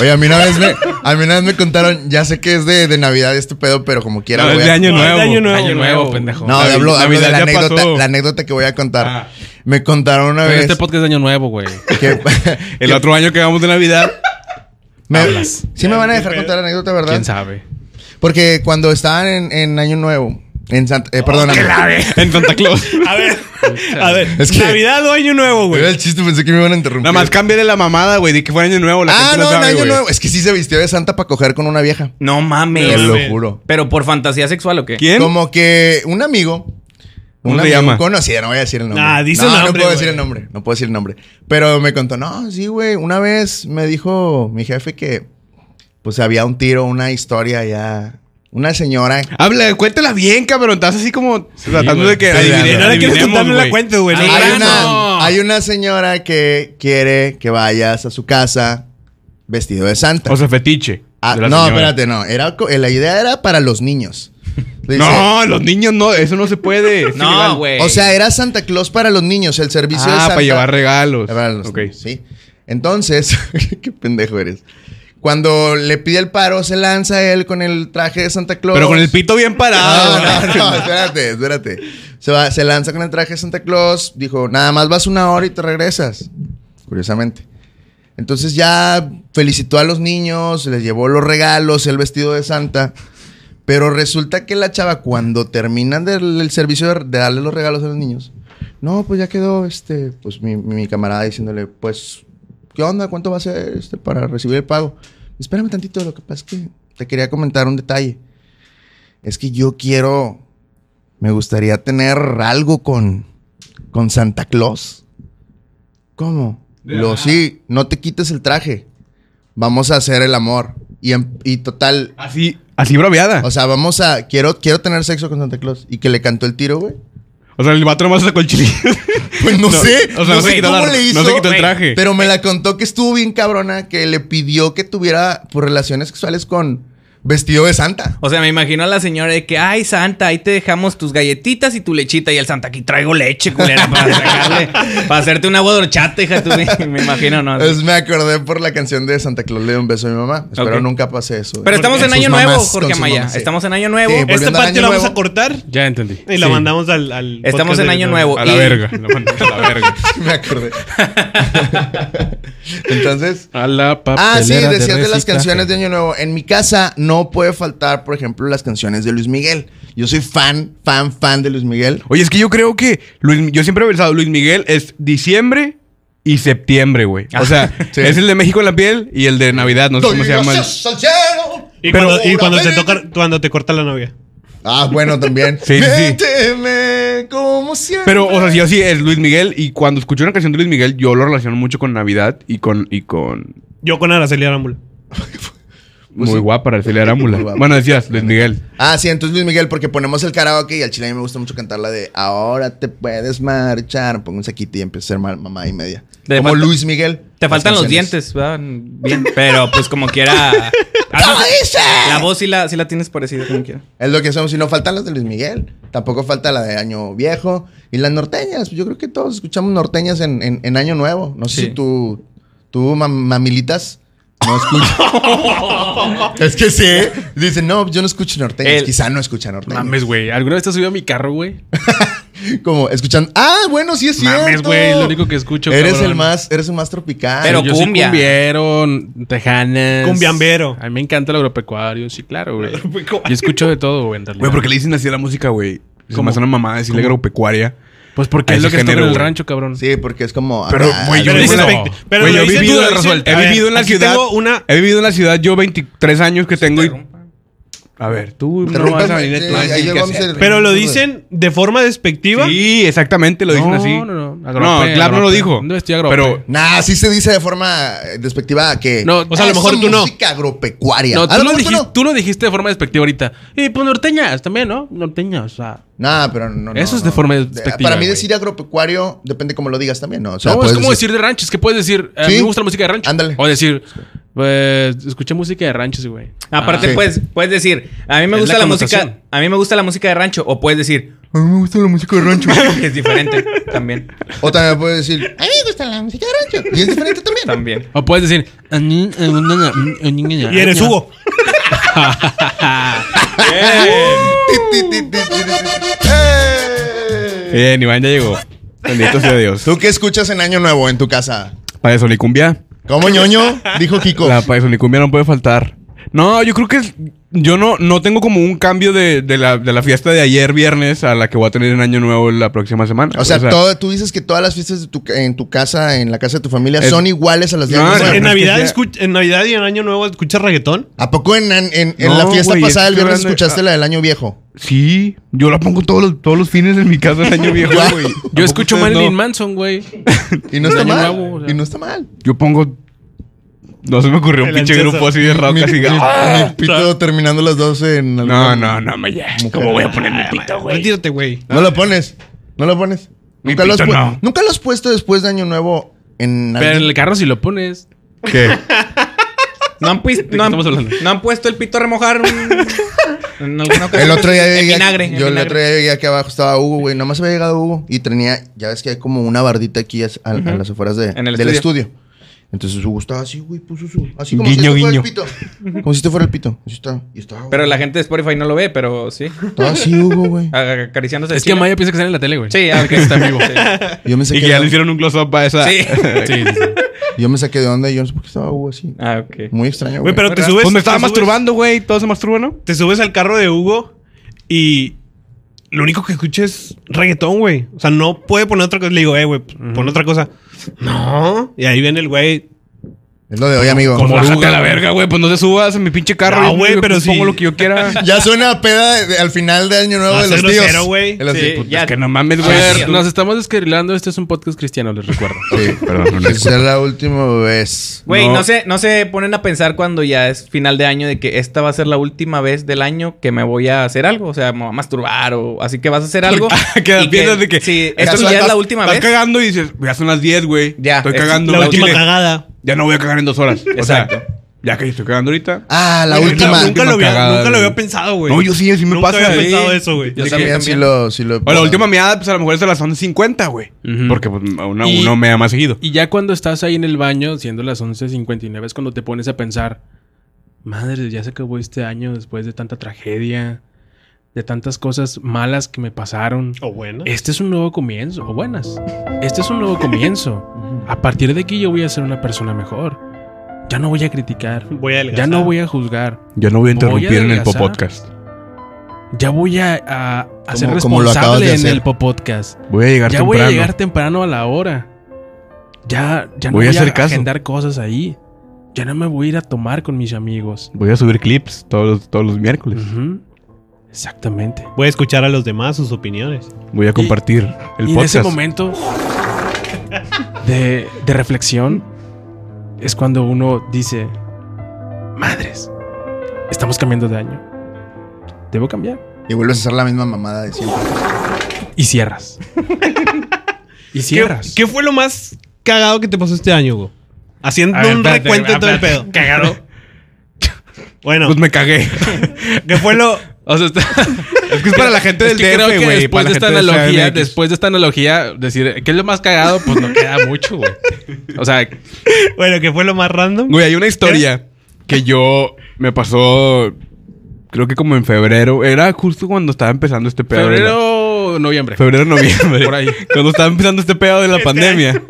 Speaker 1: Oye, a mí una vez me, a mí una vez me contaron, ya sé que es de, de Navidad este pedo, pero como quiera.
Speaker 4: No,
Speaker 1: lo
Speaker 4: es
Speaker 1: voy
Speaker 4: de
Speaker 1: a-
Speaker 4: año
Speaker 5: No, es de
Speaker 4: nuevo.
Speaker 5: año nuevo.
Speaker 3: Año nuevo, pendejo.
Speaker 1: No,
Speaker 4: Navi-
Speaker 1: hablo, hablo de
Speaker 4: Navidad
Speaker 1: la
Speaker 4: ya
Speaker 1: anécdota,
Speaker 4: pasó.
Speaker 1: la anécdota que voy a contar.
Speaker 4: Ah.
Speaker 1: Me contaron una
Speaker 3: Pero
Speaker 1: vez
Speaker 3: este podcast es de año nuevo, güey.
Speaker 1: que
Speaker 4: El otro año que vamos de Navidad.
Speaker 1: me- sí me van a dejar contar la anécdota, ¿verdad?
Speaker 3: ¿Quién sabe?
Speaker 1: Porque cuando estaban en, en Año Nuevo, en Santa, eh,
Speaker 4: Oh,
Speaker 1: perdóname.
Speaker 4: En Santa Claus.
Speaker 5: A ver, a ver.
Speaker 1: Es que-
Speaker 5: Navidad o Año Nuevo,
Speaker 1: Era
Speaker 5: güey.
Speaker 1: el chiste, pensé que me iban a interrumpir.
Speaker 4: Nada más cambia de la mamada, güey. Di que fue año nuevo. La
Speaker 1: ah,
Speaker 4: gente
Speaker 1: no, en
Speaker 4: sabe,
Speaker 1: Año
Speaker 4: güey.
Speaker 1: Nuevo. Es que sí se vistió de Santa para coger con una vieja.
Speaker 2: No mames.
Speaker 1: Te lo
Speaker 5: mames.
Speaker 1: juro.
Speaker 2: Pero por fantasía sexual o qué?
Speaker 4: ¿Quién?
Speaker 1: Como que un amigo.
Speaker 4: ¿Cómo
Speaker 1: un
Speaker 4: se
Speaker 1: amigo
Speaker 4: llama?
Speaker 1: conocido, no voy a decir el nombre.
Speaker 5: Ah, dice
Speaker 1: no,
Speaker 5: el
Speaker 1: No
Speaker 5: nombre,
Speaker 1: puedo
Speaker 5: güey.
Speaker 1: decir el nombre. No puedo decir el nombre. Pero me contó, no, sí, güey. Una vez me dijo mi jefe que pues había un tiro, una historia ya. Una señora.
Speaker 4: Habla, cuéntala bien, cabrón. Estás así como tratando
Speaker 3: güey.
Speaker 4: de que
Speaker 1: Sí,
Speaker 4: adivine-
Speaker 1: güey.
Speaker 5: Ahora quieres
Speaker 4: adivinemos,
Speaker 5: contarme la
Speaker 4: güey.
Speaker 5: cuenta, güey.
Speaker 2: Ah,
Speaker 1: hay,
Speaker 2: no.
Speaker 1: una, hay una señora que quiere que vayas a su casa vestido de Santa.
Speaker 4: O sea, fetiche.
Speaker 1: Ah,
Speaker 4: de la
Speaker 1: no,
Speaker 4: señora.
Speaker 1: espérate, no. Era, co- eh, la idea era para los niños. Le dice,
Speaker 4: No, los niños no, eso no se puede. es ilegal.
Speaker 2: No, güey.
Speaker 1: O sea, era Santa Claus para los niños, el servicio de
Speaker 4: Ah,
Speaker 1: Santa.
Speaker 4: para llevar regalos.
Speaker 1: Para los
Speaker 4: Ok.
Speaker 1: niños, Sí. Entonces, qué pendejo eres. Cuando le pide el paro, se lanza él con el traje de Santa Claus.
Speaker 4: Pero con el pito bien parado.
Speaker 1: No, no, no, espérate, espérate. Se, va- se lanza con el traje de Santa Claus. Dijo, nada más vas una hora y te regresas. Curiosamente. Entonces ya felicitó a los niños, les llevó los regalos, el vestido de Santa. Pero resulta que la chava, cuando terminan del, el servicio de, de darle los regalos a los niños, no, pues ya quedó este, pues mi, mi camarada diciéndole, pues, ¿qué onda? ¿Cuánto va a ser este para recibir el pago? Espérame tantito, lo que pasa es que te quería comentar un detalle. Es que yo quiero, me gustaría tener algo con, con Santa Claus. ¿Cómo? Lo sí, no te quites el traje. Vamos a hacer el amor. Y, en- y total,
Speaker 4: Así, así braviada.
Speaker 1: o sea, vamos a. Quiero, quiero tener sexo con Santa Claus. Y que le cantó el tiro, güey.
Speaker 4: O sea, el vato nomás sacó el chile.
Speaker 1: Pues no, sé.
Speaker 4: o
Speaker 1: no
Speaker 4: sea, no se
Speaker 1: sé
Speaker 4: quitó
Speaker 1: cómo
Speaker 4: la-
Speaker 1: le hizo.
Speaker 4: no se quitó el
Speaker 1: güey,
Speaker 4: traje.
Speaker 1: Pero me la contó que estuvo bien cabrona, que le pidió que tuviera pues, relaciones sexuales con. vestido de santa.
Speaker 2: O sea, me imagino a la señora de que, ay, Santa, ahí te dejamos tus galletitas y tu lechita. Y el Santa, aquí traigo leche, culera, para sacarle, para hacerte un agua de horchata, hija. Tú, me imagino, ¿no?
Speaker 1: Es- me acordé por la canción de Santa Claus le doy un beso a mi mamá. Espero
Speaker 2: Ok.
Speaker 1: nunca pase eso.
Speaker 2: Pero estamos en
Speaker 1: Sus
Speaker 2: Año
Speaker 1: mamás
Speaker 2: Nuevo,
Speaker 1: con
Speaker 2: Jorge
Speaker 1: sus
Speaker 2: Amaya.
Speaker 1: mamás, sí.
Speaker 2: Estamos en Año Nuevo.
Speaker 1: Sí, volviendo
Speaker 5: Esta
Speaker 1: al
Speaker 5: parte
Speaker 1: Año
Speaker 5: la vamos
Speaker 1: Nuevo.
Speaker 5: a cortar
Speaker 3: Ya entendí.
Speaker 5: y la
Speaker 3: Sí.
Speaker 5: mandamos al. al
Speaker 2: Estamos
Speaker 5: podcast
Speaker 2: en
Speaker 5: de
Speaker 2: Año
Speaker 5: Navidad.
Speaker 2: Nuevo.
Speaker 4: A la
Speaker 2: Y-
Speaker 4: verga. La mandamos a la verga.
Speaker 1: me acordé. Entonces.
Speaker 3: A la papelera
Speaker 1: Ah, sí, decías de las
Speaker 3: reciclaje.
Speaker 1: canciones de Año Nuevo. En mi casa no puede faltar, por ejemplo, las canciones de Luis Miguel. Yo soy fan, fan, fan de Luis Miguel.
Speaker 4: Oye, es que yo creo que Luis, yo siempre he pensado, Luis Miguel es diciembre y septiembre, güey. O sea,
Speaker 1: Sí.
Speaker 4: es el de México en la piel y el de Navidad, no sé cómo se llama. el-
Speaker 1: gracias al cielo
Speaker 5: Y
Speaker 4: Pero-
Speaker 5: cuando, y cuando
Speaker 1: por
Speaker 5: te
Speaker 1: haber-
Speaker 5: toca, cuando te corta la novia.
Speaker 1: Ah, bueno, también.
Speaker 4: Sí, sí, sí.
Speaker 1: Méteme como siempre.
Speaker 4: Pero, o sea, yo sí es Luis Miguel y cuando escucho una canción de Luis Miguel, yo lo relaciono mucho con Navidad y con. Y con
Speaker 5: Yo con Araceli Arámbula.
Speaker 4: muy guapa, Araceli Arámbula.
Speaker 1: Muy guapa.
Speaker 4: bueno, decías, Luis Miguel.
Speaker 1: Ah, sí, entonces Luis Miguel, porque ponemos el karaoke y al chile a mí me gusta mucho cantar la de Ahora te puedes marchar. Pongo un saquito y empiezo a ser mal- mamá y media.
Speaker 2: Te
Speaker 1: como
Speaker 2: falta-
Speaker 1: Luis Miguel.
Speaker 2: Te
Speaker 1: Las
Speaker 2: faltan los
Speaker 1: canciones.
Speaker 2: dientes, ¿verdad? Bien, pero pues como quiera.
Speaker 1: ¡Lo hice!
Speaker 2: Ah, La voz sí la, sí la tienes parecida como quiera.
Speaker 1: Es lo que hacemos. Y no faltan las de Luis Miguel. Tampoco falta la de Año Viejo. Y las norteñas. Yo creo que todos escuchamos norteñas en, en- en Año Nuevo. No sé
Speaker 2: Sí.
Speaker 1: si tú, tú mam- mamilitas, no escuchas. es que sí. Dicen, no, yo no escucho norteñas.
Speaker 3: El-
Speaker 1: Quizá no escucha norteñas.
Speaker 3: Mames, güey. ¿Alguna vez te has subido a mi carro, güey?
Speaker 1: Como, escuchan. Ah, bueno, sí es cierto.
Speaker 3: Mames, güey. Lo único que escucho,
Speaker 1: Eres
Speaker 3: cabrón.
Speaker 1: el más, eres el más tropical.
Speaker 2: Pero
Speaker 3: yo soy
Speaker 2: cumbia.
Speaker 3: cumbiero, tejanas.
Speaker 5: Cumbiambero.
Speaker 3: A mí me encanta el agropecuario, sí, claro, güey. Yo escucho de todo, güey, en realidad.
Speaker 4: Güey, ¿por qué le dicen así a la música, güey? Como me hace una mamá decirle agropecuaria.
Speaker 3: Pues porque
Speaker 4: A
Speaker 3: es lo
Speaker 4: ese
Speaker 3: que está en
Speaker 4: género,
Speaker 3: el
Speaker 4: güey.
Speaker 3: rancho, cabrón.
Speaker 1: Sí, porque es como.
Speaker 4: Pero,
Speaker 1: ah,
Speaker 4: güey, yo
Speaker 5: Pero
Speaker 1: algo
Speaker 5: es
Speaker 4: no-
Speaker 1: bueno.
Speaker 5: respect- pero
Speaker 4: Güey,
Speaker 5: lo
Speaker 4: yo he
Speaker 5: dicen-
Speaker 4: vivido
Speaker 5: lo
Speaker 4: en la
Speaker 5: dicen-
Speaker 4: resuelta.
Speaker 5: a ver,
Speaker 4: He vivido en la
Speaker 5: aquí
Speaker 4: ciudad.
Speaker 5: Tengo una,
Speaker 4: He vivido en la ciudad yo 23 años que tengo y. A ver, tú no
Speaker 1: Interrumpas,
Speaker 4: vas a venir
Speaker 1: sí,
Speaker 4: tú a
Speaker 1: ahí
Speaker 4: decir qué
Speaker 1: vamos a-
Speaker 4: hacer.
Speaker 5: pero lo dicen de forma despectiva.
Speaker 4: Sí, exactamente, lo dicen
Speaker 3: No,
Speaker 4: así.
Speaker 3: no, no, agrope,
Speaker 4: claro, no lo
Speaker 3: agrope.
Speaker 4: dijo.
Speaker 3: No estoy agrope.
Speaker 4: Pero
Speaker 1: Nah, sí se dice de forma eh, despectiva que.
Speaker 3: No,
Speaker 5: o sea, a lo
Speaker 1: "Ah,
Speaker 5: mejor
Speaker 1: esa
Speaker 5: tú no".
Speaker 1: música agropecuaria.
Speaker 3: No,
Speaker 1: A
Speaker 3: tú
Speaker 1: lo
Speaker 3: lo,
Speaker 1: mejor tú
Speaker 3: dijiste,
Speaker 1: no.
Speaker 3: tú lo dijiste de forma despectiva ahorita. Y pues norteñas también, ¿no? Norteñas, o sea.
Speaker 1: Nah, pero no. no,
Speaker 3: Eso es
Speaker 1: no.
Speaker 3: de forma
Speaker 1: De-
Speaker 3: despectiva,
Speaker 1: Para mí
Speaker 3: güey.
Speaker 1: decir agropecuario depende cómo lo digas también, ¿no? O sea,
Speaker 3: no, pues, es
Speaker 1: puedes
Speaker 3: como decir, de rancho. Es que puedes decir, eh,
Speaker 1: Sí.
Speaker 3: me gusta la música de rancho.
Speaker 1: Ándale.
Speaker 3: O decir, pues, escuché música de rancho, sí, güey.
Speaker 1: Ah,
Speaker 2: Aparte,
Speaker 1: sí.
Speaker 2: puedes, puedes decir, a mí me
Speaker 3: Es
Speaker 2: gusta
Speaker 3: la
Speaker 2: la, música.
Speaker 3: connotación.
Speaker 2: A mí me gusta la música de rancho. O puedes decir,
Speaker 1: A mí me gusta la música de rancho.
Speaker 2: que es diferente también.
Speaker 1: o también puedes decir, a mí me gusta la música de rancho. Y es diferente también.
Speaker 2: También.
Speaker 3: O puedes decir, "A mí, eh, una- una- una-
Speaker 5: Y eres Hugo.
Speaker 1: Ti, ti, ti, ti, ti, ti. ¡Eh!
Speaker 4: Bien, Iván ya llegó. Bendito sea Dios.
Speaker 1: ¿Tú qué escuchas en Año Nuevo en tu casa?
Speaker 4: Paesolicumbia.
Speaker 1: ¿Cómo ñoño? Dijo Kiko.
Speaker 4: La paesolicumbia no puede faltar. No, yo creo que es- yo no, no tengo como un cambio de, de la, de la fiesta de ayer viernes a la que voy a tener en Año Nuevo la próxima semana.
Speaker 1: O sea, todo- tú dices que todas las fiestas de tu, en tu casa, en la casa de tu familia,
Speaker 4: Es-
Speaker 1: son iguales a las de
Speaker 4: No,
Speaker 1: Año
Speaker 4: no,
Speaker 1: Nuevo.
Speaker 5: en,
Speaker 4: es que
Speaker 5: Navidad
Speaker 4: sea-
Speaker 5: escuch- en Navidad y en Año Nuevo escuchas reggaetón.
Speaker 1: ¿A poco en, en- en- en
Speaker 4: No,
Speaker 1: la fiesta
Speaker 4: güey,
Speaker 1: pasada
Speaker 4: es
Speaker 1: el
Speaker 4: que ah,
Speaker 1: viernes
Speaker 4: hablando-
Speaker 1: escuchaste la del año viejo?
Speaker 4: Sí, yo la pongo todos los, todos los fines en mi casa el año viejo,
Speaker 1: Wow.
Speaker 4: güey.
Speaker 3: Yo escucho
Speaker 4: Tampoco
Speaker 3: Marilyn
Speaker 4: ustedes no.
Speaker 3: Manson, güey.
Speaker 1: Y no está
Speaker 3: Año
Speaker 1: mal.
Speaker 3: Nuevo, o sea.
Speaker 1: Y no está mal.
Speaker 4: Yo pongo. No se me ocurrió un
Speaker 5: El
Speaker 4: pinche
Speaker 5: ansioso.
Speaker 4: grupo así de rock
Speaker 1: Mi,
Speaker 4: así.
Speaker 1: mi-
Speaker 4: ¡ah!
Speaker 1: mi pito terminando las 12 en
Speaker 4: No, no, no, ma, ya.
Speaker 1: Mujer.
Speaker 4: ¿Cómo voy a poner mi pito, güey?
Speaker 5: Retírate, güey.
Speaker 1: No lo pones. No lo pones.
Speaker 4: Mi
Speaker 1: Nunca lo, has
Speaker 4: pito
Speaker 1: pu-
Speaker 4: no.
Speaker 1: Nunca lo has puesto después de año nuevo en
Speaker 3: Pero en
Speaker 1: alguien?
Speaker 3: el carro si lo pones.
Speaker 4: ¿Qué?
Speaker 2: No han, puis-
Speaker 3: qué
Speaker 2: no han-
Speaker 3: estamos hablando?
Speaker 2: no han puesto el pito a remojar mm, en alguna ocasión.
Speaker 1: El otro día
Speaker 2: En
Speaker 1: llegué,
Speaker 2: vinagre. en
Speaker 1: yo el
Speaker 2: vinagre.
Speaker 1: otro día llegué aquí abajo, estaba Hugo, güey, nomás había llegado Hugo y tenía, ya ves que hay como una bardita aquí as- a, a las afueras de-
Speaker 2: En el
Speaker 1: del
Speaker 2: estudio.
Speaker 1: estudio. Entonces Hugo estaba así, güey, puso su, así como
Speaker 4: Guiño,
Speaker 1: si este
Speaker 4: guiño.
Speaker 1: fuera el pito. Como si este fuera el pito. Así estaba, y estaba, güey,
Speaker 2: Pero la gente de Spotify no lo ve, pero sí.
Speaker 1: estaba así Hugo, güey.
Speaker 2: Ag- Acariciándose. el
Speaker 3: Es que
Speaker 2: chile.
Speaker 3: Maya piensa que sale en la tele, güey.
Speaker 2: Sí, ah, ok.
Speaker 3: que está vivo.
Speaker 1: Yo me saqué
Speaker 4: Y que
Speaker 1: de
Speaker 4: ya le
Speaker 1: onda.
Speaker 4: hicieron un close-up a esa.
Speaker 2: Sí.
Speaker 3: Sí, sí, sí.
Speaker 1: Yo me saqué de onda y yo no sé por qué estaba Hugo así.
Speaker 2: Ah, ok.
Speaker 1: Muy extraño, güey.
Speaker 5: Güey, pero te subes.
Speaker 4: Pues me estaba
Speaker 5: te subes-
Speaker 4: masturbando, güey. Todo se masturba, ¿no?
Speaker 5: Te subes al carro de Hugo y lo único que escuches es reggaetón, güey. O sea, no puede poner otra cosa. Le digo, eh, güey, pon otra cosa. No. Y ahí viene el güey.
Speaker 1: Es lo de hoy, amigo.
Speaker 4: Como
Speaker 3: oruga,
Speaker 4: bájate a la verga, güey. Pues no te subas a mi pinche carro.
Speaker 5: No,
Speaker 4: yo-
Speaker 5: güey,
Speaker 4: yo
Speaker 5: pero sí.
Speaker 4: Pongo lo que yo quiera.
Speaker 1: Ya suena a peda de- de- al final de año nuevo
Speaker 5: No,
Speaker 1: de
Speaker 5: soy
Speaker 1: los tíos.
Speaker 5: grosero, güey.
Speaker 1: De los-
Speaker 2: Sí,
Speaker 4: Puta,
Speaker 2: ya.
Speaker 4: Es que no mames,
Speaker 3: A
Speaker 4: güey.
Speaker 3: ver, nos estamos descarrilando. Este es un podcast cristiano, les recuerdo.
Speaker 1: Sí, perdón. Esa es la última vez.
Speaker 2: Güey, no.
Speaker 4: No.
Speaker 2: se, no se ponen a pensar cuando ya es final de año de que esta va a ser la última vez del año que me voy a hacer algo. O sea, me voy a masturbar o así que vas a hacer algo.
Speaker 4: Ah, que
Speaker 2: y
Speaker 4: piensas de que.
Speaker 2: Sí,
Speaker 4: estás-
Speaker 2: esto ya es
Speaker 4: estás-
Speaker 2: la última
Speaker 4: estás
Speaker 2: vez.
Speaker 4: cagando y dices, ya son las 10, güey.
Speaker 2: Ya,
Speaker 4: Estoy
Speaker 2: es
Speaker 4: cagando.
Speaker 5: La
Speaker 4: al
Speaker 5: última
Speaker 4: chile.
Speaker 5: cagada.
Speaker 4: Ya no voy a cagar en dos horas. O sea,
Speaker 2: Exacto.
Speaker 4: Ya que estoy quedando ahorita.
Speaker 1: Ah, la
Speaker 5: Güey,
Speaker 1: última.
Speaker 5: Nunca lo había,
Speaker 4: cagada,
Speaker 5: nunca lo había
Speaker 4: güey.
Speaker 5: pensado, güey.
Speaker 4: No, yo sí, sí me
Speaker 5: Nunca
Speaker 4: pasa,
Speaker 5: había
Speaker 4: sí.
Speaker 5: pensado eso, güey.
Speaker 1: Yo
Speaker 2: Yo
Speaker 1: también,
Speaker 2: también,
Speaker 1: sí
Speaker 2: también.
Speaker 1: lo, sí lo-
Speaker 4: O la última meada, pues a lo mejor es a las 11.50, güey.
Speaker 3: Ujú.
Speaker 4: Porque pues, una,
Speaker 3: Y-
Speaker 4: uno mea más seguido.
Speaker 3: Y ya cuando estás ahí en el baño, siendo las 11.59, es cuando te pones a pensar, madre, ya se acabó este año después de tanta tragedia, de tantas cosas malas que me pasaron.
Speaker 5: O Oh, bueno.
Speaker 3: Este es un nuevo comienzo, o buenas. Este es un nuevo comienzo. A partir de aquí yo voy a ser una persona mejor. Ya no voy a criticar.
Speaker 5: Voy a
Speaker 3: Ya
Speaker 5: adelgazar.
Speaker 3: no voy a juzgar.
Speaker 4: Yo no voy a
Speaker 3: interrumpir
Speaker 4: interrumpir
Speaker 3: Voy a
Speaker 4: en
Speaker 3: en el
Speaker 4: el
Speaker 3: adelgazar.
Speaker 4: podcast.
Speaker 3: Ya voy a, a- a
Speaker 1: Como-
Speaker 3: ser
Speaker 1: como lo acabas de
Speaker 3: responsable en
Speaker 1: hacer.
Speaker 3: el podcast.
Speaker 4: Voy a llegar
Speaker 3: Ya
Speaker 4: temprano.
Speaker 3: voy a llegar temprano a la hora. Ya, ya no
Speaker 4: Voy
Speaker 3: voy,
Speaker 4: a hacer
Speaker 3: a
Speaker 4: caso.
Speaker 3: agendar cosas ahí. Ya no me voy a ir a tomar con mis amigos.
Speaker 4: Voy a subir clips todos los, todos los miércoles.
Speaker 3: Ujú. Exactamente.
Speaker 5: Voy a escuchar a los demás sus opiniones.
Speaker 4: Voy a compartir el
Speaker 3: y
Speaker 4: podcast.
Speaker 3: en ese momento de, de reflexión es cuando uno dice, madres, estamos cambiando de año. Debo cambiar.
Speaker 1: Y vuelves a hacer la misma mamada de siempre.
Speaker 3: Y cierras. y cierras.
Speaker 5: ¿Qué fue lo más cagado que te pasó este año, güey? Haciendo
Speaker 3: A ver,
Speaker 5: un
Speaker 3: espérate,
Speaker 5: recuento de todo el
Speaker 3: espérate.
Speaker 5: pedo. Cagado. bueno,
Speaker 4: Pues me cagué.
Speaker 5: ¿qué fue lo...?
Speaker 3: O sea, está-
Speaker 4: Es que es para la gente
Speaker 3: es
Speaker 4: del
Speaker 3: que creo
Speaker 4: DF,
Speaker 3: que
Speaker 4: güey.
Speaker 3: después
Speaker 4: para la
Speaker 3: de
Speaker 4: gente
Speaker 3: esta
Speaker 4: del
Speaker 3: analogía,
Speaker 4: CDMX.
Speaker 3: después de esta analogía, decir, ¿qué es lo más cagado? Pues no queda mucho, güey. O sea,
Speaker 5: Bueno, ¿qué fue lo más random?
Speaker 4: Güey, hay una historia que yo me pasó... Creo que como en febrero. Era justo cuando estaba empezando este pedo. de la-
Speaker 3: febrero o noviembre.
Speaker 4: Febrero, noviembre.
Speaker 3: Por ahí.
Speaker 4: Cuando estaba empezando este pedo de la pandemia.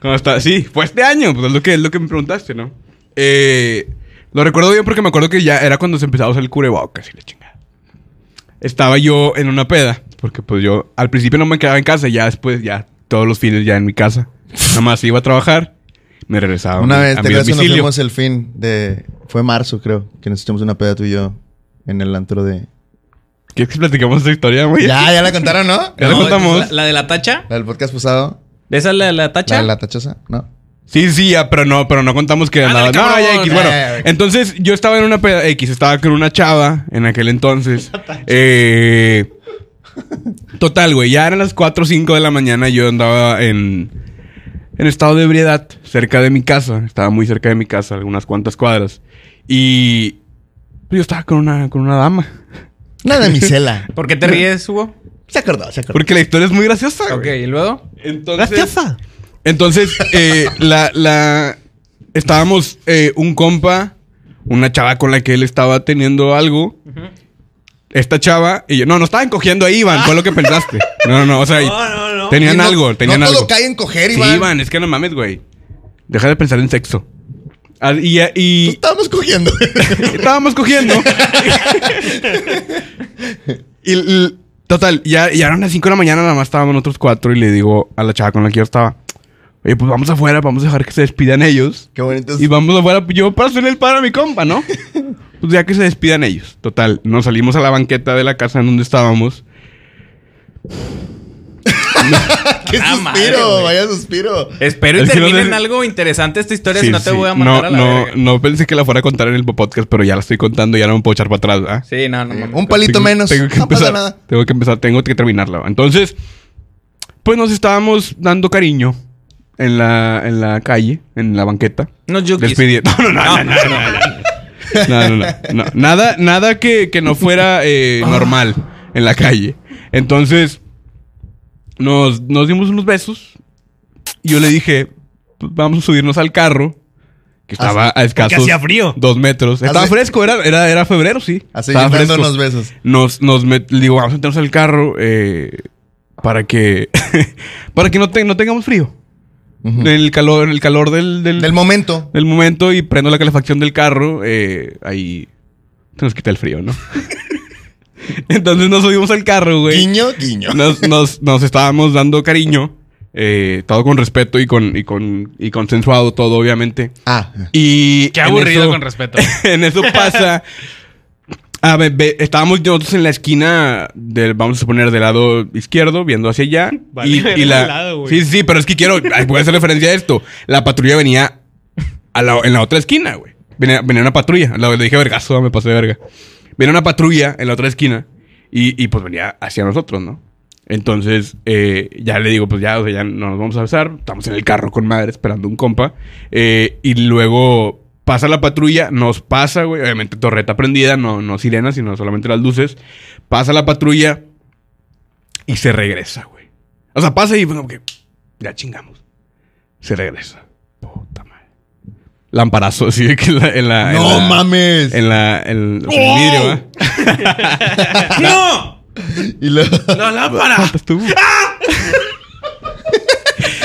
Speaker 4: Cuando estaba, sí, fue este año. Pues es lo que, es lo que me preguntaste, ¿no? Eh, lo recuerdo bien porque me acuerdo que ya era cuando se empezaba a usar el cubrebocas y la chingada. Estaba yo en una peda. Porque pues yo al principio no me quedaba en casa. Ya después, ya todos los fines ya en mi casa. Nada más iba a trabajar. Me regresaba a
Speaker 1: Una
Speaker 4: mi-
Speaker 1: vez,
Speaker 4: Ah, a
Speaker 1: te
Speaker 4: mi
Speaker 1: acuerdas que nos
Speaker 4: domicilio.
Speaker 1: vimos el fin de. Fue marzo, creo, que nos echamos una peda tú y yo en el antro de.
Speaker 4: ¿Quieres que platicamos esta historia, güey?
Speaker 1: Ya, ya la contaron, ¿no?
Speaker 4: Ya la
Speaker 2: No,
Speaker 4: contamos.
Speaker 2: entonces, ¿La, la de la tacha?
Speaker 1: La del podcast pasado.
Speaker 2: ¿Esa es la de la
Speaker 1: La
Speaker 2: tacha?
Speaker 1: de la tachosa, ¿no?
Speaker 4: Sí, sí, ya, pero no, pero no contamos que andaba.
Speaker 2: Ándale,
Speaker 4: No,
Speaker 2: Ah, cabrón. eh,
Speaker 4: ya X. Bueno,
Speaker 1: Ya, ya, ya.
Speaker 4: entonces yo estaba en una peda X, estaba con una chava en aquel entonces. Eh, total, güey, ya eran las 4 o 5 de la mañana. Yo andaba en, en estado de ebriedad, cerca de mi casa. Estaba muy cerca de mi casa, algunas cuantas cuadras. Y pues, yo estaba con una, con una dama.
Speaker 1: Una damisela.
Speaker 2: ¿Por qué te ríes, Hugo?
Speaker 1: se acordó, se acordó.
Speaker 4: Porque la historia es muy graciosa.
Speaker 2: Ok,
Speaker 4: güey.
Speaker 2: ¿y luego?
Speaker 4: Entonces, Entonces, eh, la, la- Estábamos eh, un compa, una chava con la que él estaba teniendo algo. Esta chava y yo. No, no estaban cogiendo ahí, Iván. Fue lo que pensaste. No, no, no. O sea,
Speaker 5: no, no.
Speaker 4: tenían
Speaker 1: Y no-
Speaker 4: algo, tenían
Speaker 1: no
Speaker 4: algo.
Speaker 1: todo cae en coger,
Speaker 4: sí,
Speaker 1: Iván.
Speaker 4: Iván, es que no mames, güey. Deja de pensar en sexo. Ah, Y,
Speaker 1: Pues
Speaker 4: y,
Speaker 1: estábamos cogiendo.
Speaker 4: estábamos cogiendo. y, l- total, ya, ya eran las 5 de la mañana, nada más estábamos nosotros cuatro y le digo a la chava con la que yo estaba, oye, pues vamos afuera, vamos a dejar que se despidan ellos.
Speaker 1: Qué bonito. es-
Speaker 4: Y vamos afuera, yo para hacerle el paro a mi compa, ¿no? pues ya que se despidan ellos. Total, nos salimos a la banqueta de la casa en donde estábamos.
Speaker 1: Qué
Speaker 2: Ah,
Speaker 1: suspiro,
Speaker 2: madre, güey.
Speaker 1: vaya suspiro.
Speaker 2: Espero y
Speaker 4: Es que no
Speaker 2: termine
Speaker 4: sé-
Speaker 2: en algo interesante esta historia,
Speaker 4: Sí,
Speaker 2: si no te
Speaker 4: sí.
Speaker 2: voy a mandar
Speaker 4: no,
Speaker 2: a la
Speaker 4: no,
Speaker 2: verga.
Speaker 4: no pensé que la fuera a contar en el podcast, pero ya la estoy contando, ya no me puedo echar para atrás, ¿ah?
Speaker 2: Sí, no, no. mames.
Speaker 1: Eh, Un palito
Speaker 4: Tengo-
Speaker 1: menos.
Speaker 4: Tengo que
Speaker 1: no pasa
Speaker 4: empezar.
Speaker 1: nada.
Speaker 4: Tengo que empezar, tengo que terminarla. va. Entonces, pues nos estábamos dando cariño en la, en la calle, en la banqueta.
Speaker 2: No, yo
Speaker 4: Despidiendo. No, no, no, no,
Speaker 5: Ah,
Speaker 4: no, no, no, no, no, no. Nada, nada que, que no fuera eh,
Speaker 1: Ah.
Speaker 4: normal en la calle. Entonces, nos, nos dimos unos besos. Y yo le dije, "Pues vamos a subirnos al carro.
Speaker 1: Ah,
Speaker 4: Que estaba a
Speaker 5: Que
Speaker 4: escasos
Speaker 5: hacía frío.
Speaker 4: dos metros. Estaba
Speaker 1: Hace-
Speaker 4: fresco, era, era, era febrero, sí.
Speaker 1: Así
Speaker 4: Estaba
Speaker 1: dando
Speaker 4: fresco.
Speaker 1: unos besos.
Speaker 4: Nos, nos met- le digo, vamos a meternos al carro eh, para que para que no, te- no tengamos frío.
Speaker 1: Ujú.
Speaker 4: En el calor, en el calor del, del,
Speaker 1: Del momento.
Speaker 4: del momento y prendo la calefacción del carro, eh, ahí se nos quita el frío, ¿no? Entonces nos subimos al carro, güey.
Speaker 1: Guiño, guiño.
Speaker 4: Nos, nos, nos estábamos dando cariño, eh, todo con respeto y con, y con y consensuado todo, obviamente.
Speaker 1: Ah.
Speaker 4: Y
Speaker 3: Qué
Speaker 4: en
Speaker 3: aburrido
Speaker 4: eso-
Speaker 3: con respeto.
Speaker 4: en eso pasa. A ver, ve- estábamos nosotros en la esquina del, vamos a suponer, del lado izquierdo, viendo hacia allá.
Speaker 5: Vale,
Speaker 4: y,
Speaker 5: del
Speaker 4: y la,
Speaker 5: lado, güey.
Speaker 4: sí, sí, pero es que quiero, ay, voy a hacer referencia a esto. La patrulla venía a la- en la otra esquina, güey. Venía, venía una patrulla. La- Le dije, vergazo, me pasé de verga. Venía una patrulla en la otra esquina y, y, pues venía hacia nosotros, ¿no? Entonces, eh, ya le digo, pues ya, o sea, ya no nos vamos a besar. Estamos en el carro con madre esperando un compa. Eh, y luego Pasa la patrulla, nos pasa, güey. Obviamente torreta prendida, no, no sirena, sino solamente las luces. Pasa la patrulla y se regresa, güey. O sea, pasa y bueno, que ya chingamos. Se regresa. Puta madre. Lamparazo, así de que en la... en la- en
Speaker 1: ¡No
Speaker 4: la-
Speaker 1: mames!
Speaker 4: En la... En, o sea, en el vidrio, ¿va?
Speaker 5: ¡No!
Speaker 1: Y luego-
Speaker 5: ¡La lámpara!
Speaker 4: Ah, pues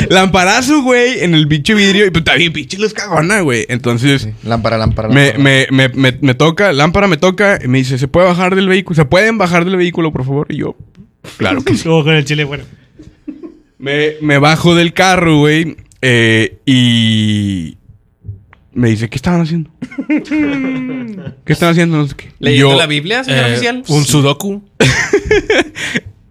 Speaker 4: Lamparazo, güey, en el pinche vidrio. Y pues está bien pinche luz cagona, güey. Entonces...
Speaker 1: Lámpara, lámpara,
Speaker 4: Me,
Speaker 1: lámpara.
Speaker 4: me, me, me, me toca, lámpara me toca, y me dice, ¿se puede bajar del vehículo? ¿Se pueden bajar del vehículo, por favor? Y yo, claro que sí.
Speaker 3: oh,
Speaker 5: Como con el chile, bueno.
Speaker 4: Me, me bajo del carro, güey, eh, y me dice, ¿qué estaban haciendo? ¿Qué estaban haciendo? No sé qué.
Speaker 2: ¿Leyendo
Speaker 4: Yo-
Speaker 2: la Biblia, señor
Speaker 3: Eh,
Speaker 2: oficial?
Speaker 3: Un sudoku.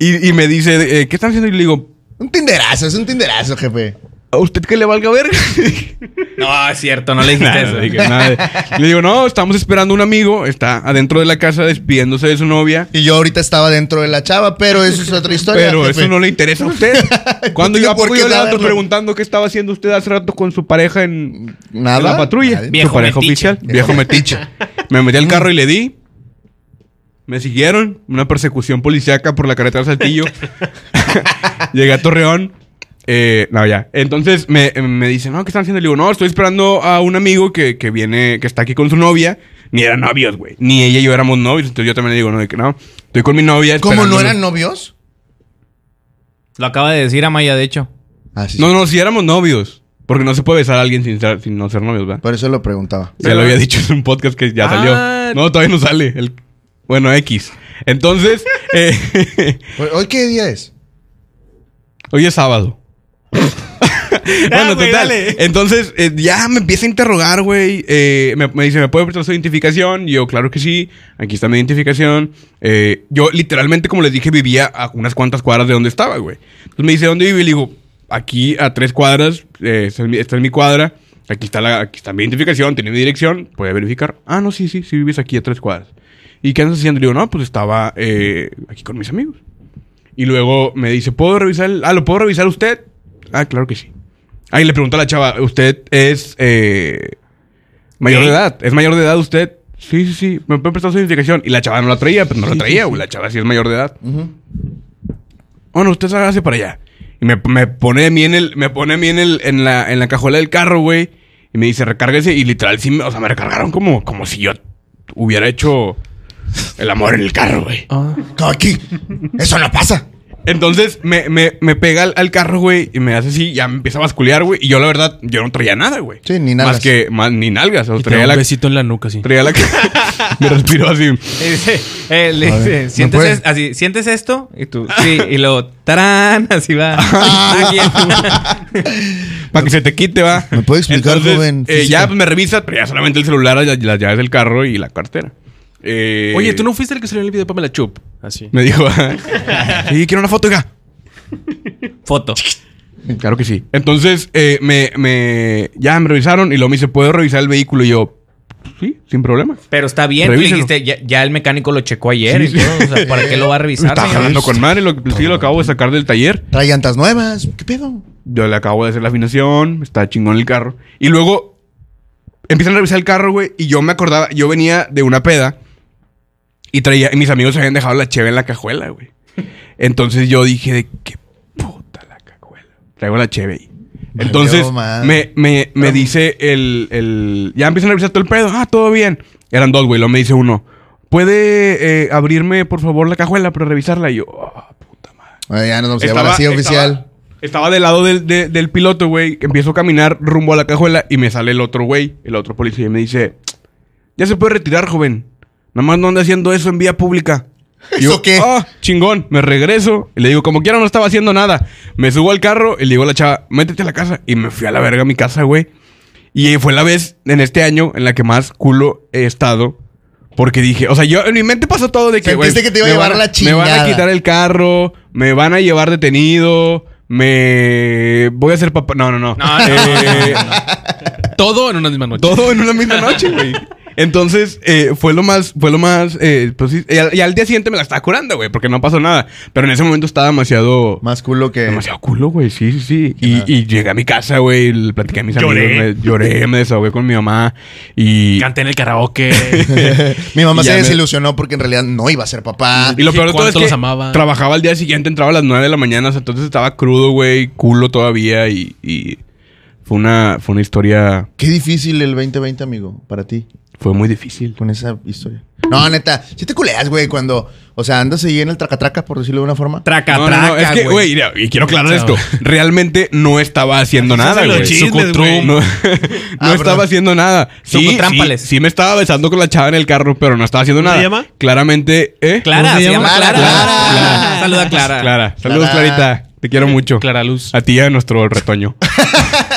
Speaker 4: Y, y me dice, eh, ¿qué están haciendo? Y le digo,
Speaker 1: Un tinderazo, es un tinderazo, jefe.
Speaker 4: ¿a usted que le valga verga?
Speaker 2: No, es cierto, no le dijiste
Speaker 4: Nada,
Speaker 2: eso.
Speaker 4: no dije nada de- Le digo, no, estamos esperando a un amigo, está adentro de la casa despidiéndose de su novia.
Speaker 1: Y yo ahorita estaba dentro de la chava, pero eso es otra historia.
Speaker 4: Pero
Speaker 1: jefe.
Speaker 4: eso no le interesa a usted. Cuando
Speaker 1: No
Speaker 4: yo, ¿a
Speaker 1: tiene por
Speaker 4: poco
Speaker 1: qué
Speaker 4: yo le ando
Speaker 1: saberlo.
Speaker 4: preguntando qué estaba haciendo usted hace rato con su pareja en,
Speaker 1: Nada.
Speaker 4: en la patrulla.
Speaker 1: Nadie.
Speaker 2: Viejo
Speaker 4: su pareja
Speaker 2: metiche.
Speaker 4: oficial.
Speaker 1: Viejo Mm.
Speaker 4: Viejo metiche. Me metí al carro y le di. Me siguieron. Una persecución policíaca por la carretera de Saltillo. Llegué a Torreón. Eh, no, ya. Entonces me, me dice, no, ¿qué están haciendo? Le digo, no, estoy esperando a un amigo que, que viene, que está aquí con su novia. Ni eran novios, güey. Ni ella y yo éramos novios. Entonces yo también le digo, no, de que no. Estoy con mi novia.
Speaker 1: ¿Cómo no
Speaker 4: esperándolo".
Speaker 1: eran novios?
Speaker 2: Lo acaba de decir Amaya, de hecho.
Speaker 1: Ah, sí,
Speaker 4: No,
Speaker 1: sí.
Speaker 4: no, si éramos novios. Porque no se puede besar a alguien sin, ser- sin no ser novios, ¿verdad?
Speaker 1: Por eso lo preguntaba.
Speaker 4: Ya lo había dicho en un podcast que ya
Speaker 3: Ah.
Speaker 4: salió. No, todavía no sale. El, bueno, X. Entonces, eh,
Speaker 1: ¿Hoy qué día es?
Speaker 4: hoy es sábado. bueno,
Speaker 5: Ah, güey,
Speaker 4: total.
Speaker 5: dale.
Speaker 4: Entonces, eh, ya me empieza a interrogar, güey. Eh, me, me dice, ¿me puede prestar su identificación? Y yo, claro que sí. Aquí está mi identificación. Eh, yo, literalmente, como les dije, vivía a unas cuantas cuadras de donde estaba, güey. Entonces me dice, ¿dónde vive? Y le digo, aquí a tres cuadras. eh, esta, es mi, esta es mi cuadra. Aquí está, la, aquí está mi identificación, tiene mi dirección. Puede verificar. Ah, no, sí, sí, sí vives aquí a tres cuadras. ¿Y qué andas haciendo? Le digo, no, pues estaba eh, aquí con mis amigos. Y luego me dice, ¿puedo revisar? el- Ah, ¿lo puedo revisar usted? Ah, claro que sí. Ahí le pregunta a la chava, ¿usted es eh, mayor de edad? ¿Es mayor de edad usted? Sí, sí, sí. ¿Me puede prestar su identificación? Y la chava no la traía, pero no la traía. güey. La chava sí es mayor de edad. Bueno, usted hágase para allá. Y me, me pone a mí en el, me pone a mí en el, en la, en la cajuela del carro, güey. Y me dice, recárguese. Y literal, sí, me- o sea, me recargaron como, como si yo hubiera hecho el amor en el carro, güey.
Speaker 1: No, aquí. Eso no pasa.
Speaker 4: Entonces me, me, me pega al, al carro, güey, y me hace así, ya me empieza a basculear, güey. Y yo, la verdad, yo no traía nada, güey.
Speaker 1: Sí, ni nalgas.
Speaker 4: Más que, más, ni nalgas. O sea,
Speaker 3: Y te da
Speaker 4: traía
Speaker 3: un
Speaker 4: la,
Speaker 3: besito en la nuca, sí.
Speaker 4: traía la que me respiró así.
Speaker 2: Le dice, eh,
Speaker 1: A
Speaker 2: le
Speaker 1: ver,
Speaker 2: dice,
Speaker 1: ¿me
Speaker 2: ¿sientes,
Speaker 1: puede?
Speaker 2: es- así, ¿sientes esto? Y tú, sí, y luego, tarán, así va.
Speaker 4: Ah,
Speaker 2: Aquí.
Speaker 4: Para que se te quite, va.
Speaker 1: ¿Me puede explicar, joven?
Speaker 4: eh,
Speaker 1: Física.
Speaker 4: ya pues, me revisa, traía solamente el celular, la- las, llaves del carro y la cartera. Eh,
Speaker 3: Oye, ¿tú no fuiste el que salió en el video de Pamela Chup? Así.
Speaker 4: Me dijo, ah. sí, quiero una foto, hija.
Speaker 2: Foto.
Speaker 4: Claro que sí. Entonces, eh, me, me, ya me revisaron y luego me dice, ¿puedo revisar el vehículo? Y yo, sí, sin problema.
Speaker 2: Pero está bien, tú le
Speaker 4: Revíselo.
Speaker 2: dijiste, ya, ya el mecánico lo checó ayer
Speaker 4: Sí,
Speaker 2: y todo, o sea, ¿para qué lo va a revisar?
Speaker 4: Estaba
Speaker 2: señor?
Speaker 4: jalando con madre, lo, pues, sí, lo acabo de sacar del taller.
Speaker 1: Trae llantas nuevas. ¿Qué pedo?
Speaker 4: Yo le acabo de hacer la afinación, está chingón el carro. Y luego empiezan a revisar el carro, güey, y yo me acordaba, yo venía de una peda y traía, y mis amigos habían dejado la cheve en la cajuela, güey. Entonces yo dije, ¿de qué puta la cajuela? Traigo la cheve ahí. Entonces
Speaker 1: Valió madre.
Speaker 4: me, me, me dice el, el- Ya empiezan a revisar todo el pedo. Ah, todo bien. Eran dos, güey. Luego me dice uno. ¿Puede eh, abrirme, por favor, la cajuela para revisarla? Y yo, "Ah, puta madre.
Speaker 1: Bueno, ya nos vamos a llevar así oficial.
Speaker 4: Estaba del lado del, de- del piloto, güey. Empiezo a caminar rumbo a la cajuela y me sale el otro güey, el otro policía, y me dice: Ya se puede retirar, joven. Nada más no ande haciendo eso en vía pública. Y
Speaker 1: ¿Eso qué?
Speaker 4: "Ah, chingón. Me regreso. Y le digo, como quiera, no estaba haciendo nada. Me subo al carro y le digo a la chava, métete a la casa. Y me fui a la verga a mi casa, güey. Y eh, fue la vez en este año en la que más culo he estado. Porque dije, o sea, yo en mi mente pasó todo de que. güey,
Speaker 1: Sentiste que te iba a
Speaker 4: me
Speaker 1: llevar
Speaker 4: van
Speaker 1: la
Speaker 4: Me van a
Speaker 1: chingada.
Speaker 4: quitar el carro, me van a llevar detenido, me. Voy a ser papá. No, no, no.
Speaker 2: No, no,
Speaker 4: Eh,
Speaker 2: no, no, no, no.
Speaker 3: Todo en una misma noche.
Speaker 4: Todo en una misma noche, güey. Entonces, eh, fue lo más, fue lo más, eh, pues sí, y al, y al día siguiente me la estaba curando, güey, porque no pasó nada. Pero en ese momento estaba demasiado,
Speaker 1: Más culo que.
Speaker 4: demasiado culo, güey, sí, sí, sí. Y, y llegué a mi casa, güey, y le platiqué a mis
Speaker 5: Lloré.
Speaker 4: amigos, me- lloré, me desahogué con mi mamá y...
Speaker 5: Canté en el karaoke.
Speaker 1: Mi mamá
Speaker 4: Y
Speaker 1: se
Speaker 4: ya me-
Speaker 1: desilusionó porque en realidad no iba a ser papá.
Speaker 4: Y lo peor
Speaker 5: Ah,
Speaker 4: de todo
Speaker 5: ¿Cuánto
Speaker 4: es que
Speaker 5: los amaba?
Speaker 4: trabajaba al día siguiente, entraba a las 9 de la mañana, o sea, entonces estaba crudo, güey, culo todavía y, y fue una fue una historia
Speaker 1: Qué difícil el 2020, amigo, para ti,
Speaker 4: fue muy difícil.
Speaker 1: con esa historia. No, neta, si te culeas, güey, cuando, o sea, andas ahí en el tracatraca, por decirlo de una forma.
Speaker 2: Traca,
Speaker 4: No, no, no,
Speaker 2: traca,
Speaker 4: es que, güey, mira, y quiero aclarar esto. Realmente no estaba haciendo nada,
Speaker 5: hacen los
Speaker 4: güey.
Speaker 5: chismes,
Speaker 4: Sucutrum.
Speaker 5: güey.
Speaker 4: No, no
Speaker 1: Ah, perdón.
Speaker 4: estaba haciendo nada. Sí, sí,
Speaker 2: Sucutrámpales.
Speaker 4: sí me estaba besando con la chava en el carro, pero no estaba haciendo
Speaker 5: ¿Cómo
Speaker 4: nada.
Speaker 5: se llama?
Speaker 4: Claramente, ¿eh?
Speaker 2: Clara,
Speaker 1: ¿Cómo se
Speaker 2: se llama
Speaker 1: llama?
Speaker 2: Clara.
Speaker 1: Clara.
Speaker 2: Clara. Saluda a Clara.
Speaker 4: Clara. Saludos,
Speaker 1: Clara.
Speaker 4: Clarita. Te quiero mucho.
Speaker 3: Clara Luz.
Speaker 4: A ti y a nuestro retoño.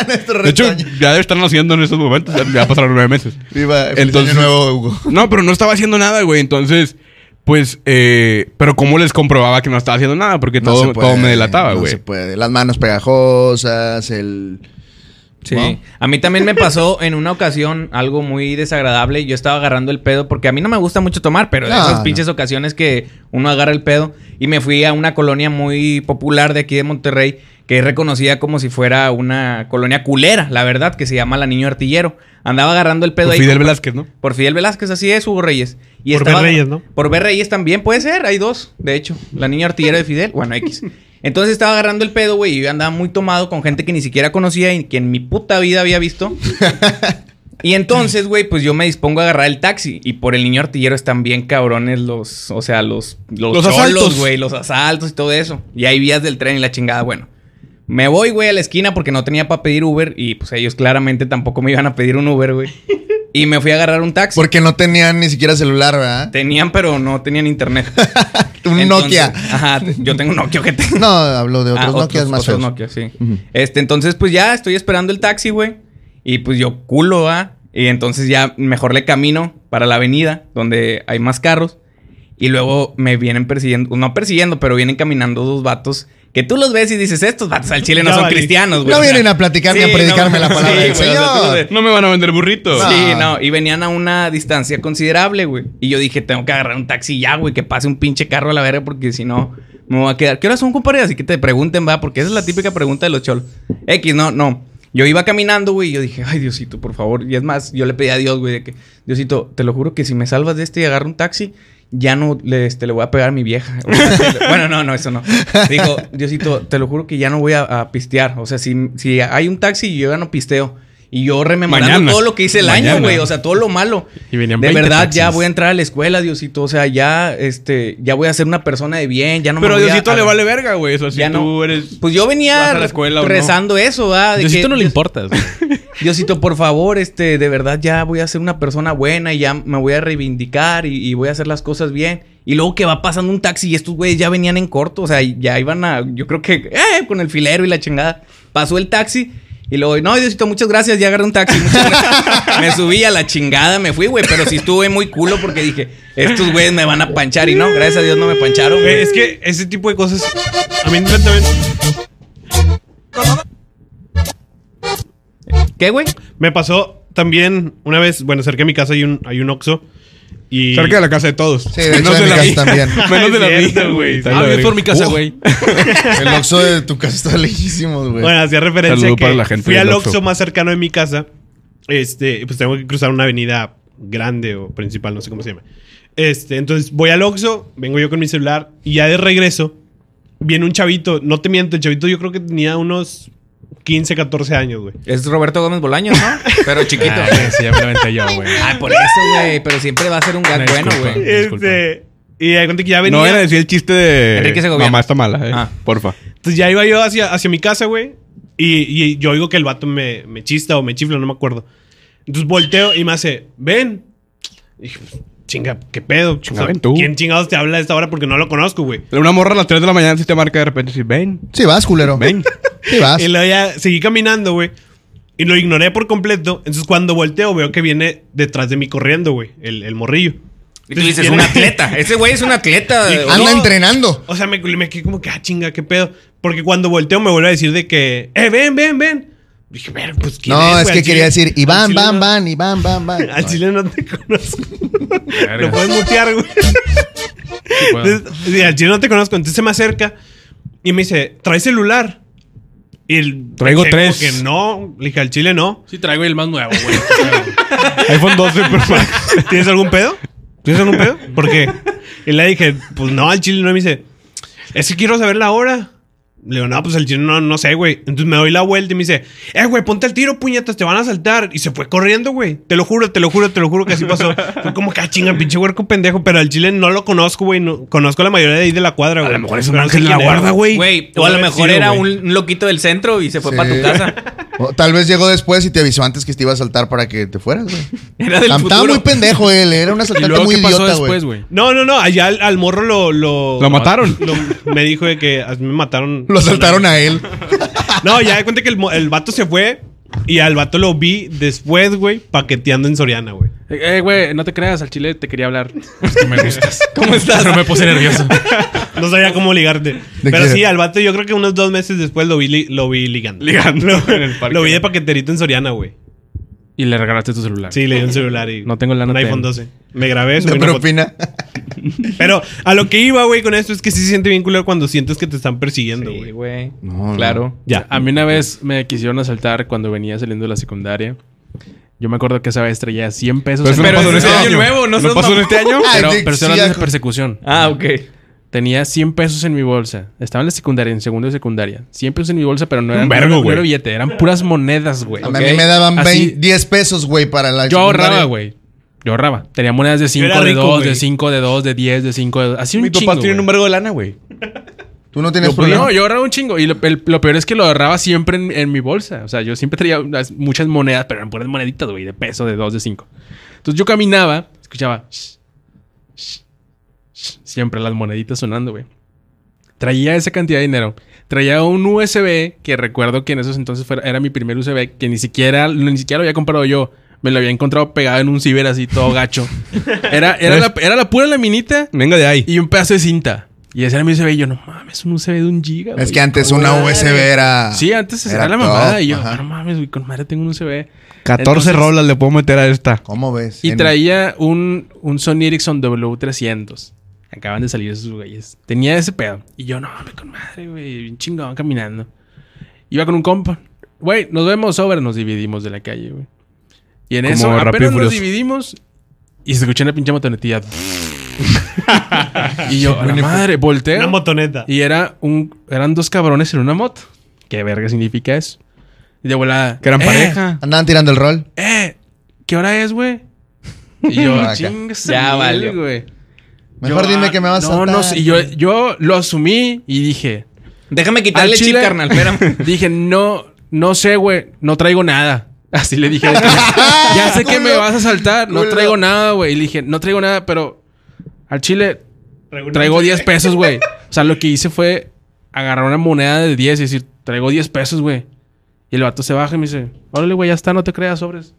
Speaker 1: Nuestro
Speaker 4: De hecho,
Speaker 1: retoño.
Speaker 4: ya debe estar naciendo en estos momentos. Ya- Ya pasaron nueve meses.
Speaker 1: Viva, feliz
Speaker 4: Entonces-
Speaker 1: año nuevo, Hugo.
Speaker 4: No, pero no estaba haciendo nada, güey. Entonces, pues, eh, pero ¿cómo les comprobaba que no estaba haciendo nada? Porque
Speaker 1: No
Speaker 4: todo,
Speaker 1: se puede,
Speaker 4: todo me delataba,
Speaker 1: no
Speaker 4: güey.
Speaker 1: se puede. Las manos pegajosas, el.
Speaker 2: Sí.
Speaker 1: Wow.
Speaker 2: A mí también me pasó en una ocasión algo muy desagradable. Yo estaba agarrando el pedo porque a mí no me gusta mucho tomar, pero en
Speaker 1: No,
Speaker 2: esas
Speaker 1: no.
Speaker 2: pinches ocasiones que uno agarra el pedo y me fui a una colonia muy popular de aquí de Monterrey que es reconocida como si fuera una colonia culera, la verdad, que se llama La Niño Artillero. Andaba agarrando el pedo
Speaker 4: Por
Speaker 2: ahí.
Speaker 4: Fidel
Speaker 2: con-
Speaker 4: Velázquez, ¿no?
Speaker 2: Por Fidel Velázquez, así es, Hugo Reyes. Y
Speaker 5: Por
Speaker 2: estaba-
Speaker 5: B. Reyes, ¿no?
Speaker 2: Por B. Reyes también puede ser, hay dos, de hecho. La niña artillera de Fidel, bueno, X. Entonces estaba agarrando el pedo, güey, y yo andaba muy tomado con gente que ni siquiera conocía y que en mi puta vida había visto. Y entonces, güey, pues yo me dispongo a agarrar el taxi. Y por el niño artillero están bien cabrones los, o sea, los, los,
Speaker 4: Los
Speaker 2: cholos,
Speaker 4: asaltos.
Speaker 2: güey, los asaltos y todo eso. Y hay vías del tren y la chingada, bueno. Me voy, güey, a la esquina porque no tenía para pedir Uber y pues ellos claramente tampoco me iban a pedir un Uber, güey. Y me fui a agarrar un taxi.
Speaker 1: Porque no tenían ni siquiera celular, ¿verdad?
Speaker 2: Tenían, pero no tenían internet.
Speaker 1: Un
Speaker 2: Entonces,
Speaker 1: Nokia.
Speaker 2: Ajá, yo tengo un Nokia que tengo.
Speaker 1: No, hablo de otros
Speaker 2: Ah,
Speaker 1: Nokias más
Speaker 2: otros
Speaker 1: feos.
Speaker 2: Nokia, sí.
Speaker 1: Ujú.
Speaker 2: Este, entonces, pues ya estoy esperando el taxi, güey. Y pues yo culo, ¿ah? Y entonces ya mejor le camino para la avenida donde hay más carros. Y luego me vienen persiguiendo, no persiguiendo, pero vienen caminando dos vatos que tú los ves y dices, estos vatos al chile no
Speaker 5: Ya
Speaker 2: son
Speaker 5: valí.
Speaker 2: cristianos, güey.
Speaker 1: No
Speaker 2: O sea,
Speaker 1: vienen a platicarme, a
Speaker 2: sí,
Speaker 1: predicarme la
Speaker 2: no,
Speaker 1: palabra
Speaker 2: sí,
Speaker 1: del
Speaker 2: güey, o sea, tú los
Speaker 1: Señor.
Speaker 2: ves.
Speaker 4: No me van a vender burritos.
Speaker 1: No.
Speaker 2: Sí, no, y venían a una distancia considerable, güey. Y yo dije, tengo que agarrar un taxi ya, güey, que pase un pinche carro a la verga, porque si no, me voy a quedar. ¿Qué horas son, compadre? Así que te pregunten, va, porque esa es la típica pregunta de los cholos. X, no, no. Yo iba caminando, güey, y yo dije, ay, Diosito, por favor. Y es más, yo le pedí a Dios, güey, de que, Diosito, te lo juro que si me salvas de este y agarro un taxi, ya no le, este, le voy a pegar a mi vieja. O sea, te lo- bueno, no, no, eso no. Digo, Diosito, te lo juro que ya no voy a, a pistear. O sea, si, si hay un taxi, yo ya no pisteo. Y yo rememorando
Speaker 4: Mañana.
Speaker 2: todo lo que hice el
Speaker 4: Mañana.
Speaker 2: año, güey. O sea, todo lo malo.
Speaker 3: Y venían
Speaker 2: de
Speaker 3: 20
Speaker 2: verdad, ya
Speaker 3: taxis.
Speaker 2: voy a entrar a la escuela, Diosito. O sea, ya, este, ya voy a ser una persona de bien. Ya no
Speaker 4: Pero
Speaker 2: me
Speaker 4: a
Speaker 2: voy
Speaker 4: Diosito
Speaker 2: a-
Speaker 4: le vale verga, güey. Eso así
Speaker 2: Ya
Speaker 4: tú
Speaker 2: no.
Speaker 4: eres.
Speaker 2: Pues yo venía
Speaker 4: ¿Vas a la escuela o no?
Speaker 2: rezando eso, ¿verdad? De
Speaker 3: Diosito
Speaker 2: que-
Speaker 3: no le
Speaker 2: Dios-
Speaker 3: importas.
Speaker 2: Diosito, por favor, este, de verdad ya voy a ser una persona buena y ya me voy a reivindicar y, y voy a hacer las cosas bien. Y luego que va pasando un taxi y estos güeyes ya venían en corto, o sea, ya iban a, yo creo que, eh, con el filero y la chingada. Pasó el taxi y luego, no, Diosito, muchas gracias, ya agarré un taxi. muchas gracias". me subí a la chingada, me fui, güey, pero sí estuve muy culo porque dije, estos güeyes me van a panchar y no, gracias a Dios no me pancharon, güey.
Speaker 5: Eh, es que ese tipo de cosas. A mí también.
Speaker 2: ¿Qué, güey?
Speaker 5: Me pasó también una vez. Bueno, cerca de mi casa hay un, hay un Oxxo. Y.
Speaker 4: Cerca de la casa de todos.
Speaker 1: Sí, de hecho, en mi
Speaker 4: la
Speaker 1: casa
Speaker 4: mía.
Speaker 1: también.
Speaker 4: Menos de la
Speaker 5: Es cierto,
Speaker 4: mía,
Speaker 5: güey.
Speaker 4: güey.
Speaker 3: Ah, bien por mi casa,
Speaker 4: Uh,
Speaker 3: güey.
Speaker 1: El Oxxo de tu casa está lejísimos, güey.
Speaker 5: Bueno, hacía referencia
Speaker 4: Saludo
Speaker 5: a que
Speaker 4: Pues, para la gente
Speaker 5: fui
Speaker 4: del
Speaker 5: al
Speaker 4: Oxxo.
Speaker 5: Oxxo más cercano de mi casa. Este, pues tengo que cruzar una avenida grande o principal, no sé cómo se llama. Este, entonces voy al Oxxo, vengo yo con mi celular y ya de regreso viene un chavito, no te miento, el chavito yo creo que tenía unos 15, 14 años, güey.
Speaker 2: Es Roberto Gómez Bolaños, ¿no? Pero chiquito.
Speaker 3: Ah, ese ya me lo aventé yo, güey.
Speaker 2: Ay, por eso, güey, pero siempre va a ser un gag
Speaker 3: Una
Speaker 2: bueno,
Speaker 3: disculpa.
Speaker 2: güey.
Speaker 3: Disculpa.
Speaker 5: Este, y de cuenta que ya venía.
Speaker 4: No era decir el chiste de.
Speaker 2: Enrique Segoviano.
Speaker 4: Mamá está mala, eh.
Speaker 2: Ah.
Speaker 4: Porfa.
Speaker 5: Entonces ya iba yo hacia, hacia mi casa, güey. Y, y yo oigo que el vato me, me chista o me chifla, no me acuerdo. Entonces volteo y me hace, ven. Y dije, pues, chinga, ¿qué pedo?
Speaker 4: Chinga,
Speaker 5: O sea,
Speaker 4: ven tú.
Speaker 5: ¿Quién chingados te habla a esta hora? Porque no lo conozco, güey.
Speaker 4: Una morra a las 3 de la mañana si te marca de repente y dice, ven.
Speaker 1: Sí vas, culero.
Speaker 4: Ven.
Speaker 1: Sí vas.
Speaker 5: Y luego ya seguí caminando, güey. Y lo ignoré por completo. Entonces cuando volteo veo que viene detrás de mí corriendo, güey. El, el morrillo.
Speaker 2: Y tú dices, un atleta. Ese güey es un atleta.
Speaker 5: Sí,
Speaker 2: ¿o ah, no?
Speaker 1: Anda entrenando.
Speaker 5: O sea, me, me quedé como que, ah, chinga, qué pedo. Porque cuando volteo me vuelve a decir de que, eh, ven, ven, ven. Dije, ver, pues ¿quién
Speaker 1: No,
Speaker 5: güey?
Speaker 1: es
Speaker 5: Al
Speaker 1: que
Speaker 5: chile-
Speaker 1: quería decir,
Speaker 5: al
Speaker 1: Iván,
Speaker 5: chile
Speaker 1: van,
Speaker 5: no-
Speaker 1: van, Iván, van, van.
Speaker 5: Al
Speaker 1: No,
Speaker 5: chile no te conozco.
Speaker 3: Verga.
Speaker 5: Lo pueden mutear, güey.
Speaker 3: Sí, puedo.
Speaker 4: Ah.
Speaker 5: Entonces, sí, al chile no te conozco. Entonces se me acerca y me dice, ¿trae celular? Y el,
Speaker 4: Traigo
Speaker 5: dije,
Speaker 4: tres.
Speaker 5: como que no. Le dije, al chile no.
Speaker 3: Sí, traigo el más nuevo, güey.
Speaker 4: iPhone 12 Pro Max.
Speaker 5: ¿Tienes algún pedo? ¿Tienes algún pedo? ¿Por qué? Y le dije, pues no, al chile no. Y me dice, es que quiero saber la hora. Le digo, no, pues al chile no, no sé, güey. Entonces me doy la vuelta y me dice, eh, güey, ponte al tiro, puñetas, te van a saltar. Y se fue corriendo, güey. Te lo juro, te lo juro, te lo juro que así pasó. Fue como que, "Ah, chinga, pinche huerco pendejo. Pero al chile no lo conozco, güey. No- conozco a la mayoría de ahí de la cuadra, güey.
Speaker 4: A lo mejor es un
Speaker 5: Pero no sé
Speaker 4: ángel de la
Speaker 5: quién era,
Speaker 4: guarda, güey.
Speaker 2: Güey, o a lo
Speaker 5: Puede haber
Speaker 2: mejor
Speaker 5: sido,
Speaker 2: era
Speaker 5: güey.
Speaker 2: un un loquito del centro y se fue
Speaker 1: Sí.
Speaker 2: para tu casa.
Speaker 1: O tal vez llegó después y te avisó antes que te iba a saltar para que te fueras, güey.
Speaker 2: Era del
Speaker 1: Estaba
Speaker 2: futuro.
Speaker 1: muy pendejo él, era un
Speaker 3: ¿Y
Speaker 1: asaltante
Speaker 3: luego
Speaker 1: muy
Speaker 3: qué pasó
Speaker 1: idiota, güey.
Speaker 3: después, güey?
Speaker 5: No, no, no. Allá al, al morro lo. Lo,
Speaker 4: Lo mataron.
Speaker 5: lo- me dijo de que a mí me mataron.
Speaker 1: Lo saltaron a él.
Speaker 5: No, ya de cuenta que el, mo- el vato se fue. Y al vato lo vi después, güey, paqueteando en Soriana, güey.
Speaker 3: Eh, eh, güey, no te creas, al chile te quería hablar. Es que me gustas.
Speaker 2: ¿Cómo estás?
Speaker 3: Pero me puse nervioso.
Speaker 5: No sabía cómo ligarte.
Speaker 1: ¿De
Speaker 5: Pero
Speaker 1: qué?
Speaker 5: sí, al vato yo creo que unos dos meses después lo vi, li- lo vi ligando.
Speaker 4: Ligando
Speaker 5: Lo,
Speaker 4: en el parque.
Speaker 5: lo vi de paqueterito en Soriana, güey.
Speaker 3: Y le regalaste tu celular.
Speaker 5: Sí, le di un celular y...
Speaker 3: No tengo lana,
Speaker 5: Un iPhone
Speaker 3: ten.
Speaker 5: 12. Me grabé, subí
Speaker 1: De
Speaker 5: una foto.
Speaker 1: propina.
Speaker 5: Pero a lo que iba, güey, con esto es que sí se siente bien culero cuando sientes que te están persiguiendo,
Speaker 2: Sí,
Speaker 5: güey.
Speaker 2: güey.
Speaker 1: No, no.
Speaker 2: claro.
Speaker 5: ya.
Speaker 3: A mí una vez me quisieron asaltar cuando venía saliendo de la secundaria. Yo me acuerdo que esa vez traía 100 pesos.
Speaker 4: Pero eso
Speaker 2: Pero
Speaker 4: no pasó en
Speaker 2: es
Speaker 4: este
Speaker 2: año
Speaker 4: año.
Speaker 2: nuevo, no seas
Speaker 4: ¿No pasó en
Speaker 2: mamón.
Speaker 4: este año?
Speaker 1: Ay,
Speaker 3: Pero,
Speaker 1: de-
Speaker 3: pero estoy
Speaker 1: sí,
Speaker 3: hablando de
Speaker 1: ya-
Speaker 3: persecución.
Speaker 2: Ah, ok.
Speaker 3: Tenía 100 pesos en mi bolsa. Estaba en la secundaria, en segundo de secundaria. 100 pesos en mi bolsa, pero no eran,
Speaker 4: vergo,
Speaker 3: no era- no
Speaker 4: güey.
Speaker 3: era billete, eran puras monedas, güey.
Speaker 1: A mí
Speaker 2: Ok.
Speaker 1: me daban
Speaker 3: Así-
Speaker 1: 20 10 pesos, güey, para la.
Speaker 3: Yo ahorraba,
Speaker 1: secundaria.
Speaker 3: güey. Yo ahorraba. Tenía monedas de 5,
Speaker 5: era
Speaker 3: de
Speaker 5: rico,
Speaker 3: 2,
Speaker 5: güey.
Speaker 3: de 5, de 2, de 10, de 5, de 2. Así un
Speaker 4: Mi
Speaker 3: chingo.
Speaker 4: papá tiene un
Speaker 3: güey.
Speaker 4: vergo de lana, güey.
Speaker 1: Tú no tienes
Speaker 3: Yo- pues,
Speaker 1: problema.
Speaker 3: no, yo ahorraba un chingo. Y lo, el- lo peor es que lo ahorraba siempre en, en mi bolsa. O sea, yo siempre traía unas- muchas monedas, pero eran puras moneditas, güey, de peso, de 2, de 5. Entonces yo caminaba, escuchaba. "Shh, shh, shh", siempre las moneditas sonando, güey. Traía esa cantidad de dinero. Traía un USB que recuerdo que en esos entonces fuera- era mi primer USB que ni siquiera, ni siquiera lo había comprado yo. Me lo había encontrado pegado en un ciber así todo gacho. Era, era, la, era la pura laminita
Speaker 4: Venga de ahí.
Speaker 3: y un pedazo de cinta. Y ese era mi USB. Y yo, no mames, un USB de un giga.
Speaker 1: Es
Speaker 3: güey,
Speaker 1: que antes
Speaker 3: con
Speaker 1: una
Speaker 3: madre.
Speaker 1: USB era.
Speaker 3: Sí, antes era,
Speaker 1: era
Speaker 3: la mamada.
Speaker 1: top,
Speaker 3: y yo,
Speaker 1: ajá.
Speaker 3: no mames, güey, con madre tengo un USB.
Speaker 4: 14
Speaker 3: Entonces-
Speaker 4: rolas le puedo meter a esta.
Speaker 1: ¿Cómo ves?
Speaker 3: Y
Speaker 1: En-
Speaker 3: traía un, un Sony Ericsson W300. Acaban de salir esos güeyes. Tenía ese pedo. Y yo, no mames, con madre, güey, bien chingón caminando. Iba con un compa. Güey, nos vemos sobre, nos dividimos de la calle, güey. Y en
Speaker 4: Como
Speaker 3: eso,
Speaker 4: Rápido y
Speaker 3: apenas nos
Speaker 4: Furioso.
Speaker 3: dividimos y se escuchó una pinche motonetilla. y yo, a la madre, volteo.
Speaker 5: Una motoneta.
Speaker 3: Y era un, eran dos cabrones en una moto. ¿Qué verga significa eso? Y de volada.
Speaker 4: Que eran
Speaker 3: "Eh,
Speaker 4: pareja.
Speaker 1: Andaban tirando el rol.
Speaker 3: ¡Eh! ¿Qué hora es, güey? Y yo,
Speaker 1: Ah, Acá.
Speaker 3: chingas,
Speaker 2: Ya
Speaker 3: mil,
Speaker 2: valió.
Speaker 3: güey.
Speaker 1: Mejor
Speaker 3: Yo,
Speaker 1: dime
Speaker 3: ah,
Speaker 1: que me vas a
Speaker 3: No, no,
Speaker 1: saltar.
Speaker 3: sé. y yo, yo lo asumí y dije,
Speaker 2: Déjame
Speaker 3: Al
Speaker 2: quitarle chip,
Speaker 3: chile-
Speaker 2: carnal. Espérame.
Speaker 3: dije, no, no sé, güey, no traigo nada. Así le dije, de que, ya sé que me
Speaker 1: Culo.
Speaker 3: vas a saltar, no
Speaker 1: Culo.
Speaker 3: traigo nada, güey. Y le dije, no traigo nada, pero al chile Traigo 10 pesos, güey. O sea, lo que hice fue agarrar una moneda de 10 y decir, traigo 10 pesos, güey. Y el vato se baja y me dice, órale, güey, ya está, no te creas, sobres.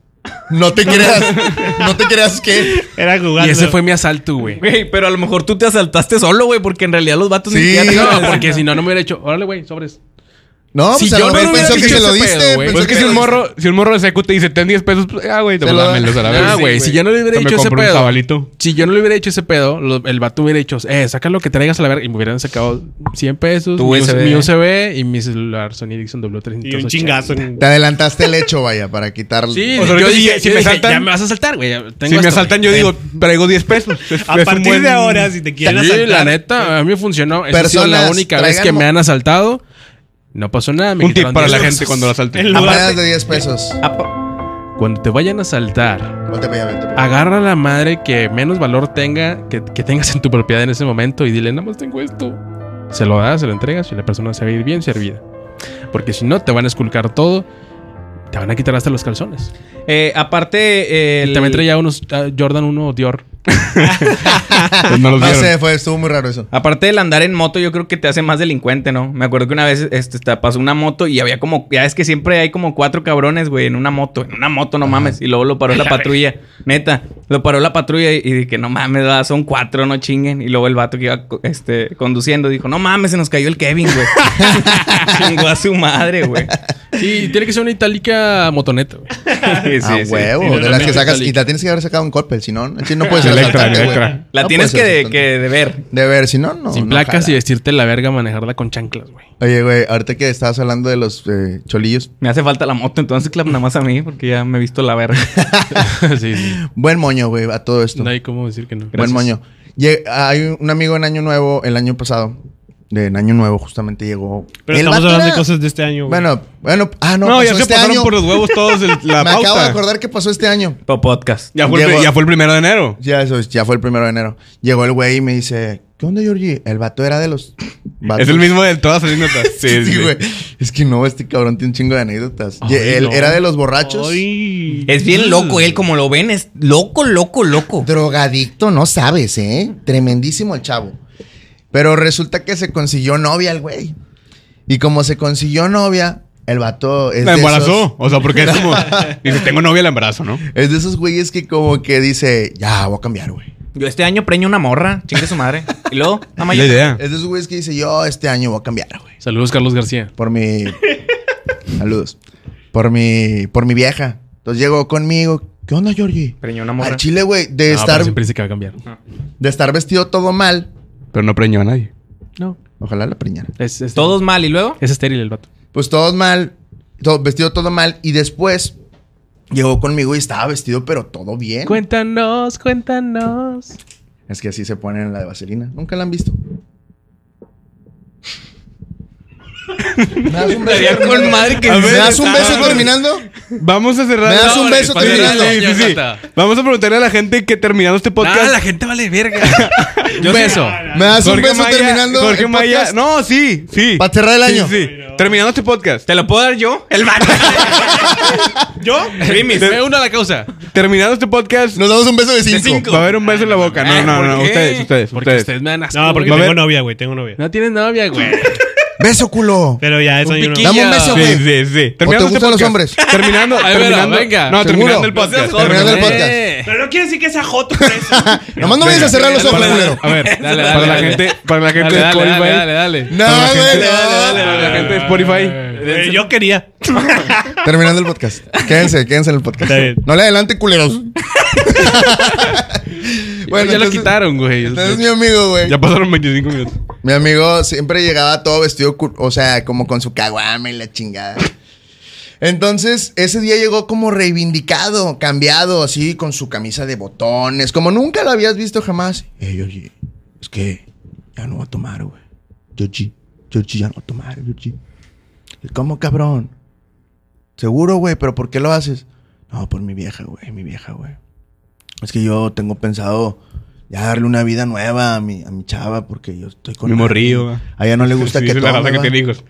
Speaker 1: No te creas. no te creas que.
Speaker 5: Era jugando.
Speaker 3: Y ese fue mi asalto, güey.
Speaker 2: Güey, pero a lo mejor tú te asaltaste solo, güey, porque en realidad los vatos
Speaker 1: Sí.
Speaker 2: siquiera te iban a
Speaker 3: No,
Speaker 2: asaltar.
Speaker 3: porque si no, no me hubiera hecho, órale, güey, sobres.
Speaker 1: No,
Speaker 3: Si
Speaker 1: pues a
Speaker 3: yo
Speaker 1: lo
Speaker 3: no
Speaker 1: mejor
Speaker 3: le hubiera
Speaker 1: pensó que
Speaker 3: dicho
Speaker 1: se lo
Speaker 3: ese pedo,
Speaker 1: diste.
Speaker 3: güey.
Speaker 1: pensó
Speaker 4: Pues es que si
Speaker 1: lo
Speaker 4: un
Speaker 1: diste.
Speaker 4: morro, si un morro de secu te dice, ten 10 pesos, pues, ah, güey,
Speaker 1: Se
Speaker 4: te pues,
Speaker 1: lo da.
Speaker 4: dámelos a la vez.
Speaker 3: Ah, güey, si yo no le hubiera
Speaker 4: me
Speaker 3: hecho ese
Speaker 4: compré un
Speaker 3: pedo.
Speaker 4: jabalito.
Speaker 3: Si yo no le hubiera hecho ese pedo, lo- el vato hubiera dicho, eh, saca lo que traigas a la verga. Y me hubieran sacado 100 pesos,
Speaker 2: Tu
Speaker 3: mi,
Speaker 2: USB.
Speaker 3: mi USB y mi celular Sony Ericsson W300.
Speaker 5: Y un chingazo. en-
Speaker 1: Te adelantaste el hecho, vaya, para quitar.
Speaker 3: Sí,
Speaker 4: O sea, ahorita
Speaker 3: yo
Speaker 4: si-
Speaker 3: dije,
Speaker 4: si
Speaker 3: yo
Speaker 4: me
Speaker 3: dije,
Speaker 4: saltan-
Speaker 3: ya me vas a saltar, güey. ya tengo
Speaker 4: Si me
Speaker 3: esto,
Speaker 4: asaltan, yo
Speaker 3: güey.
Speaker 4: digo, traigo 10 pesos. Es-
Speaker 5: A
Speaker 4: es un
Speaker 5: partir
Speaker 4: buen-
Speaker 5: de ahora, si te quieren
Speaker 3: Sí,
Speaker 5: asaltar.
Speaker 3: la neta, a mí me funcionó. Esa ha sido la
Speaker 1: Personas,
Speaker 3: única vez
Speaker 1: traigan
Speaker 3: que
Speaker 1: mo-
Speaker 3: me han asaltado. No pasó nada. me
Speaker 4: Un tip
Speaker 3: quitaron
Speaker 4: para la
Speaker 3: 10
Speaker 4: gente
Speaker 3: pesos.
Speaker 4: cuando la salten.
Speaker 5: El-
Speaker 1: A monedas de 10 pesos.
Speaker 2: Ah, pa-
Speaker 3: Cuando te vayan a asaltar,
Speaker 1: Volte para allá, vente para allá.
Speaker 3: agarra a la madre que menos valor tenga, que, que tengas en tu propiedad en ese momento y dile, nada más tengo esto. Se lo das, se lo entregas y la persona se va a ir bien servida. Porque si no, te van a esculcar todo. Te van a quitar hasta los calzones.
Speaker 2: eh, aparte,
Speaker 3: Y
Speaker 2: el...
Speaker 3: también traía unos ah, Jordan 1 Dior.
Speaker 4: Pues no los
Speaker 1: No
Speaker 4: vieron.
Speaker 1: sé, fue, estuvo muy raro eso.
Speaker 2: Aparte del andar en moto, yo creo que te hace más delincuente, ¿no? Me acuerdo que una vez este, esta- pasó una moto y había como... Ya es que siempre hay como cuatro cabrones, güey, en una moto. En una moto, no mames. Y luego lo paró la patrulla. Neta. Lo paró la patrulla y, y dije, no mames, va, son cuatro, no chinguen. Y luego el vato que iba co- este, conduciendo dijo, no mames, se nos cayó el Kevin, güey. Chingó a su madre, güey.
Speaker 3: Sí, tiene que ser una itálica motoneta, güey.
Speaker 2: Sí,
Speaker 1: ah,
Speaker 2: sí, sí.
Speaker 1: huevo.
Speaker 3: Sí, no,
Speaker 1: de
Speaker 3: no,
Speaker 1: las
Speaker 3: no,
Speaker 1: que
Speaker 3: no,
Speaker 1: sacas.
Speaker 3: no,
Speaker 1: Y la tienes que haber sacado en Coppel, si no, no si no puedes ser
Speaker 4: Pues Electra,
Speaker 1: asaltante, güey.
Speaker 4: Electra.
Speaker 1: No
Speaker 2: La
Speaker 1: pues,
Speaker 2: tienes que
Speaker 1: puedes ser
Speaker 2: de,
Speaker 1: asaltante.
Speaker 2: que de ver.
Speaker 1: De ver, si no, no.
Speaker 3: Sin
Speaker 1: no
Speaker 3: placas
Speaker 1: jala.
Speaker 3: y vestirte la verga, manejarla con chanclas, güey.
Speaker 1: Oye, güey, ahorita que estabas hablando de los eh, cholillos.
Speaker 2: Me hace falta la moto, entonces clap nada más a mí porque ya me he visto la verga.
Speaker 3: sí, sí.
Speaker 1: Buen moño, güey, a todo esto.
Speaker 3: No hay cómo decir que no.
Speaker 1: Buen moño. Lle- hay un amigo en Año Nuevo, el año pasado. de- En Año Nuevo, justamente llegó.
Speaker 5: Pero
Speaker 1: El
Speaker 5: estamos
Speaker 1: vato
Speaker 5: hablando
Speaker 1: era-
Speaker 5: de cosas de este año, güey.
Speaker 1: Bueno, bueno. Ah, no,
Speaker 4: No, ya
Speaker 1: pasó
Speaker 4: se
Speaker 1: este
Speaker 4: pasaron
Speaker 1: año.
Speaker 4: por los huevos todos el- la
Speaker 1: Me
Speaker 4: pauta.
Speaker 1: acabo de acordar que pasó este año.
Speaker 2: O podcast.
Speaker 4: Ya fue, el,
Speaker 1: Llegó-
Speaker 4: pri- ya fue el primero de enero.
Speaker 1: Ya, eso, es, ya fue el primero de enero. Llegó el güey y me dice, ¿qué onda, Georgie? El vato era de los... vatos".
Speaker 4: Es el mismo de todas las anécdotas.
Speaker 1: Sí, güey. Es que no, este cabrón tiene un chingo de anécdotas. Y
Speaker 3: Ay,
Speaker 1: él
Speaker 3: no.
Speaker 1: era de los borrachos.
Speaker 5: Ay.
Speaker 2: Es bien loco él, como lo ven, es loco, loco, loco.
Speaker 1: Drogadicto, no sabes, ¿eh? Tremendísimo el chavo. Pero resulta que se consiguió novia el güey. Y como se consiguió novia, el vato es
Speaker 4: La
Speaker 1: de
Speaker 4: embarazó.
Speaker 1: esos-
Speaker 4: O sea, porque es como. Dice, tengo novia, la embarazo, ¿no?
Speaker 1: es de esos güeyes que como que dice, ya, voy a cambiar, güey.
Speaker 2: Yo este año preño una morra, chingue su madre. Y luego, nada más
Speaker 4: La
Speaker 2: yo-
Speaker 4: idea.
Speaker 1: Es de esos güeyes que dice, yo este año voy a cambiar, güey.
Speaker 3: Saludos, Carlos García.
Speaker 1: Por mi. Saludos. Por mi. Por mi vieja. Entonces llegó conmigo. ¿Qué onda, Georgie?
Speaker 2: Preñó una morra.
Speaker 1: Al chile, güey, de,
Speaker 3: No, pero
Speaker 1: estar,
Speaker 3: siempre dice que va a cambiar.
Speaker 1: de estar vestido todo mal.
Speaker 4: Pero no preñó a nadie.
Speaker 3: No,
Speaker 1: Ojalá la preñara.
Speaker 3: es, es-
Speaker 2: Todos mal, y luego.
Speaker 3: Es estéril el vato.
Speaker 1: Pues todo mal. todo- vestido todo mal. Y después llegó conmigo y estaba vestido, pero todo bien.
Speaker 3: Cuéntanos, cuéntanos.
Speaker 1: Es que así se ponen la de vaselina. Nunca la han visto. ¿Me das un beso,
Speaker 2: Estaría con madre que
Speaker 1: ¿Me
Speaker 2: sí
Speaker 1: das un
Speaker 2: estaba,
Speaker 1: beso
Speaker 2: güey.
Speaker 1: terminando?
Speaker 4: Vamos a cerrar.
Speaker 1: ¿Me das
Speaker 4: No,
Speaker 1: un beso
Speaker 4: espérate,
Speaker 1: terminando?
Speaker 4: sí, sí, sí.
Speaker 3: Ya, ya.
Speaker 4: Vamos a preguntarle a la gente que terminando este podcast.
Speaker 3: gente vale verga. Yo Ah. beso.
Speaker 1: ¿Me das un
Speaker 4: Jorge
Speaker 1: beso
Speaker 4: Maya-
Speaker 1: terminando?
Speaker 4: Jorge
Speaker 1: el
Speaker 4: Maya.
Speaker 1: podcast?
Speaker 4: No, sí, sí.
Speaker 1: Para cerrar el
Speaker 4: Sí,
Speaker 1: año.
Speaker 4: sí, sí. Terminando este podcast.
Speaker 2: ¿Te lo puedo dar yo? El vato.
Speaker 5: ¿Yo?
Speaker 2: Primis.
Speaker 3: Me uno a la causa.
Speaker 4: Terminando este podcast.
Speaker 1: Nos damos un beso de cinco.
Speaker 2: cinco.
Speaker 4: Va a haber un beso en la boca. No,
Speaker 3: Ah,
Speaker 4: no,
Speaker 3: ¿por
Speaker 4: no.
Speaker 3: qué?
Speaker 4: Ustedes, ustedes,
Speaker 3: Porque
Speaker 4: ustedes.
Speaker 3: ustedes, me dan asco.
Speaker 5: No, porque
Speaker 3: güey.
Speaker 4: A
Speaker 5: tengo
Speaker 4: ver.
Speaker 5: novia, güey. Tengo novia.
Speaker 3: No tienes novia, güey.
Speaker 1: Beso, culo.
Speaker 5: Pero ya es
Speaker 3: Un
Speaker 5: año
Speaker 3: piquín.
Speaker 5: nuevo.
Speaker 1: Dame un beso,
Speaker 4: Sí,
Speaker 1: güey.
Speaker 4: sí, sí.
Speaker 1: ¿O te
Speaker 4: Terminando este
Speaker 1: gustan los
Speaker 4: podcast.
Speaker 1: hombres?
Speaker 4: Terminando,
Speaker 3: Ay, bueno,
Speaker 4: terminando.
Speaker 3: venga.
Speaker 4: No,
Speaker 1: Seguro.
Speaker 4: terminando el podcast.
Speaker 2: Gracias, Jorge.
Speaker 1: Terminando el
Speaker 3: Eh.
Speaker 1: podcast.
Speaker 5: Pero no quiere decir que sea joto por eso.
Speaker 1: Nomás no vayas a cerrar los ojos,
Speaker 4: Para-
Speaker 1: culero.
Speaker 4: A ver,
Speaker 3: Dale, dale,
Speaker 4: para la
Speaker 3: dale.
Speaker 4: gente, para la gente
Speaker 3: Dale,
Speaker 4: de
Speaker 3: dale,
Speaker 4: Spotify.
Speaker 3: dale, dale, dale.
Speaker 1: No, güey, no.
Speaker 4: Para la gente de Spotify.
Speaker 5: Güey, Eh, yo quería.
Speaker 1: Terminando el podcast. Quédense, quédense en el podcast.
Speaker 5: Está bien.
Speaker 1: No le adelante, culeros.
Speaker 3: Bueno, ya lo quitaron, güey.
Speaker 1: Entonces, mi amigo, güey.
Speaker 4: Ya pasaron 25 minutos.
Speaker 1: Mi amigo siempre llegaba todo vestido, cu- o sea, como con su caguama y la chingada. Entonces, ese día llegó como reivindicado, cambiado, así, con su camisa de botones, como nunca lo habías visto jamás. Eh, Georgie, es que ya no va a tomar, güey. Georgie, Georgie ya no va a tomar, Georgie. ¿Y cómo, cabrón? Seguro, güey, pero ¿por qué lo haces? No, por mi vieja, güey, mi vieja, güey. Es que yo tengo pensado ya darle una vida nueva a mi, a mi chava porque yo estoy con...
Speaker 4: Mi
Speaker 1: alguien.
Speaker 4: morrillo.
Speaker 1: A ella no le gusta
Speaker 4: Sí,
Speaker 1: que
Speaker 4: es la raza
Speaker 1: tome,
Speaker 4: que
Speaker 1: ¿va?
Speaker 4: tiene hijos.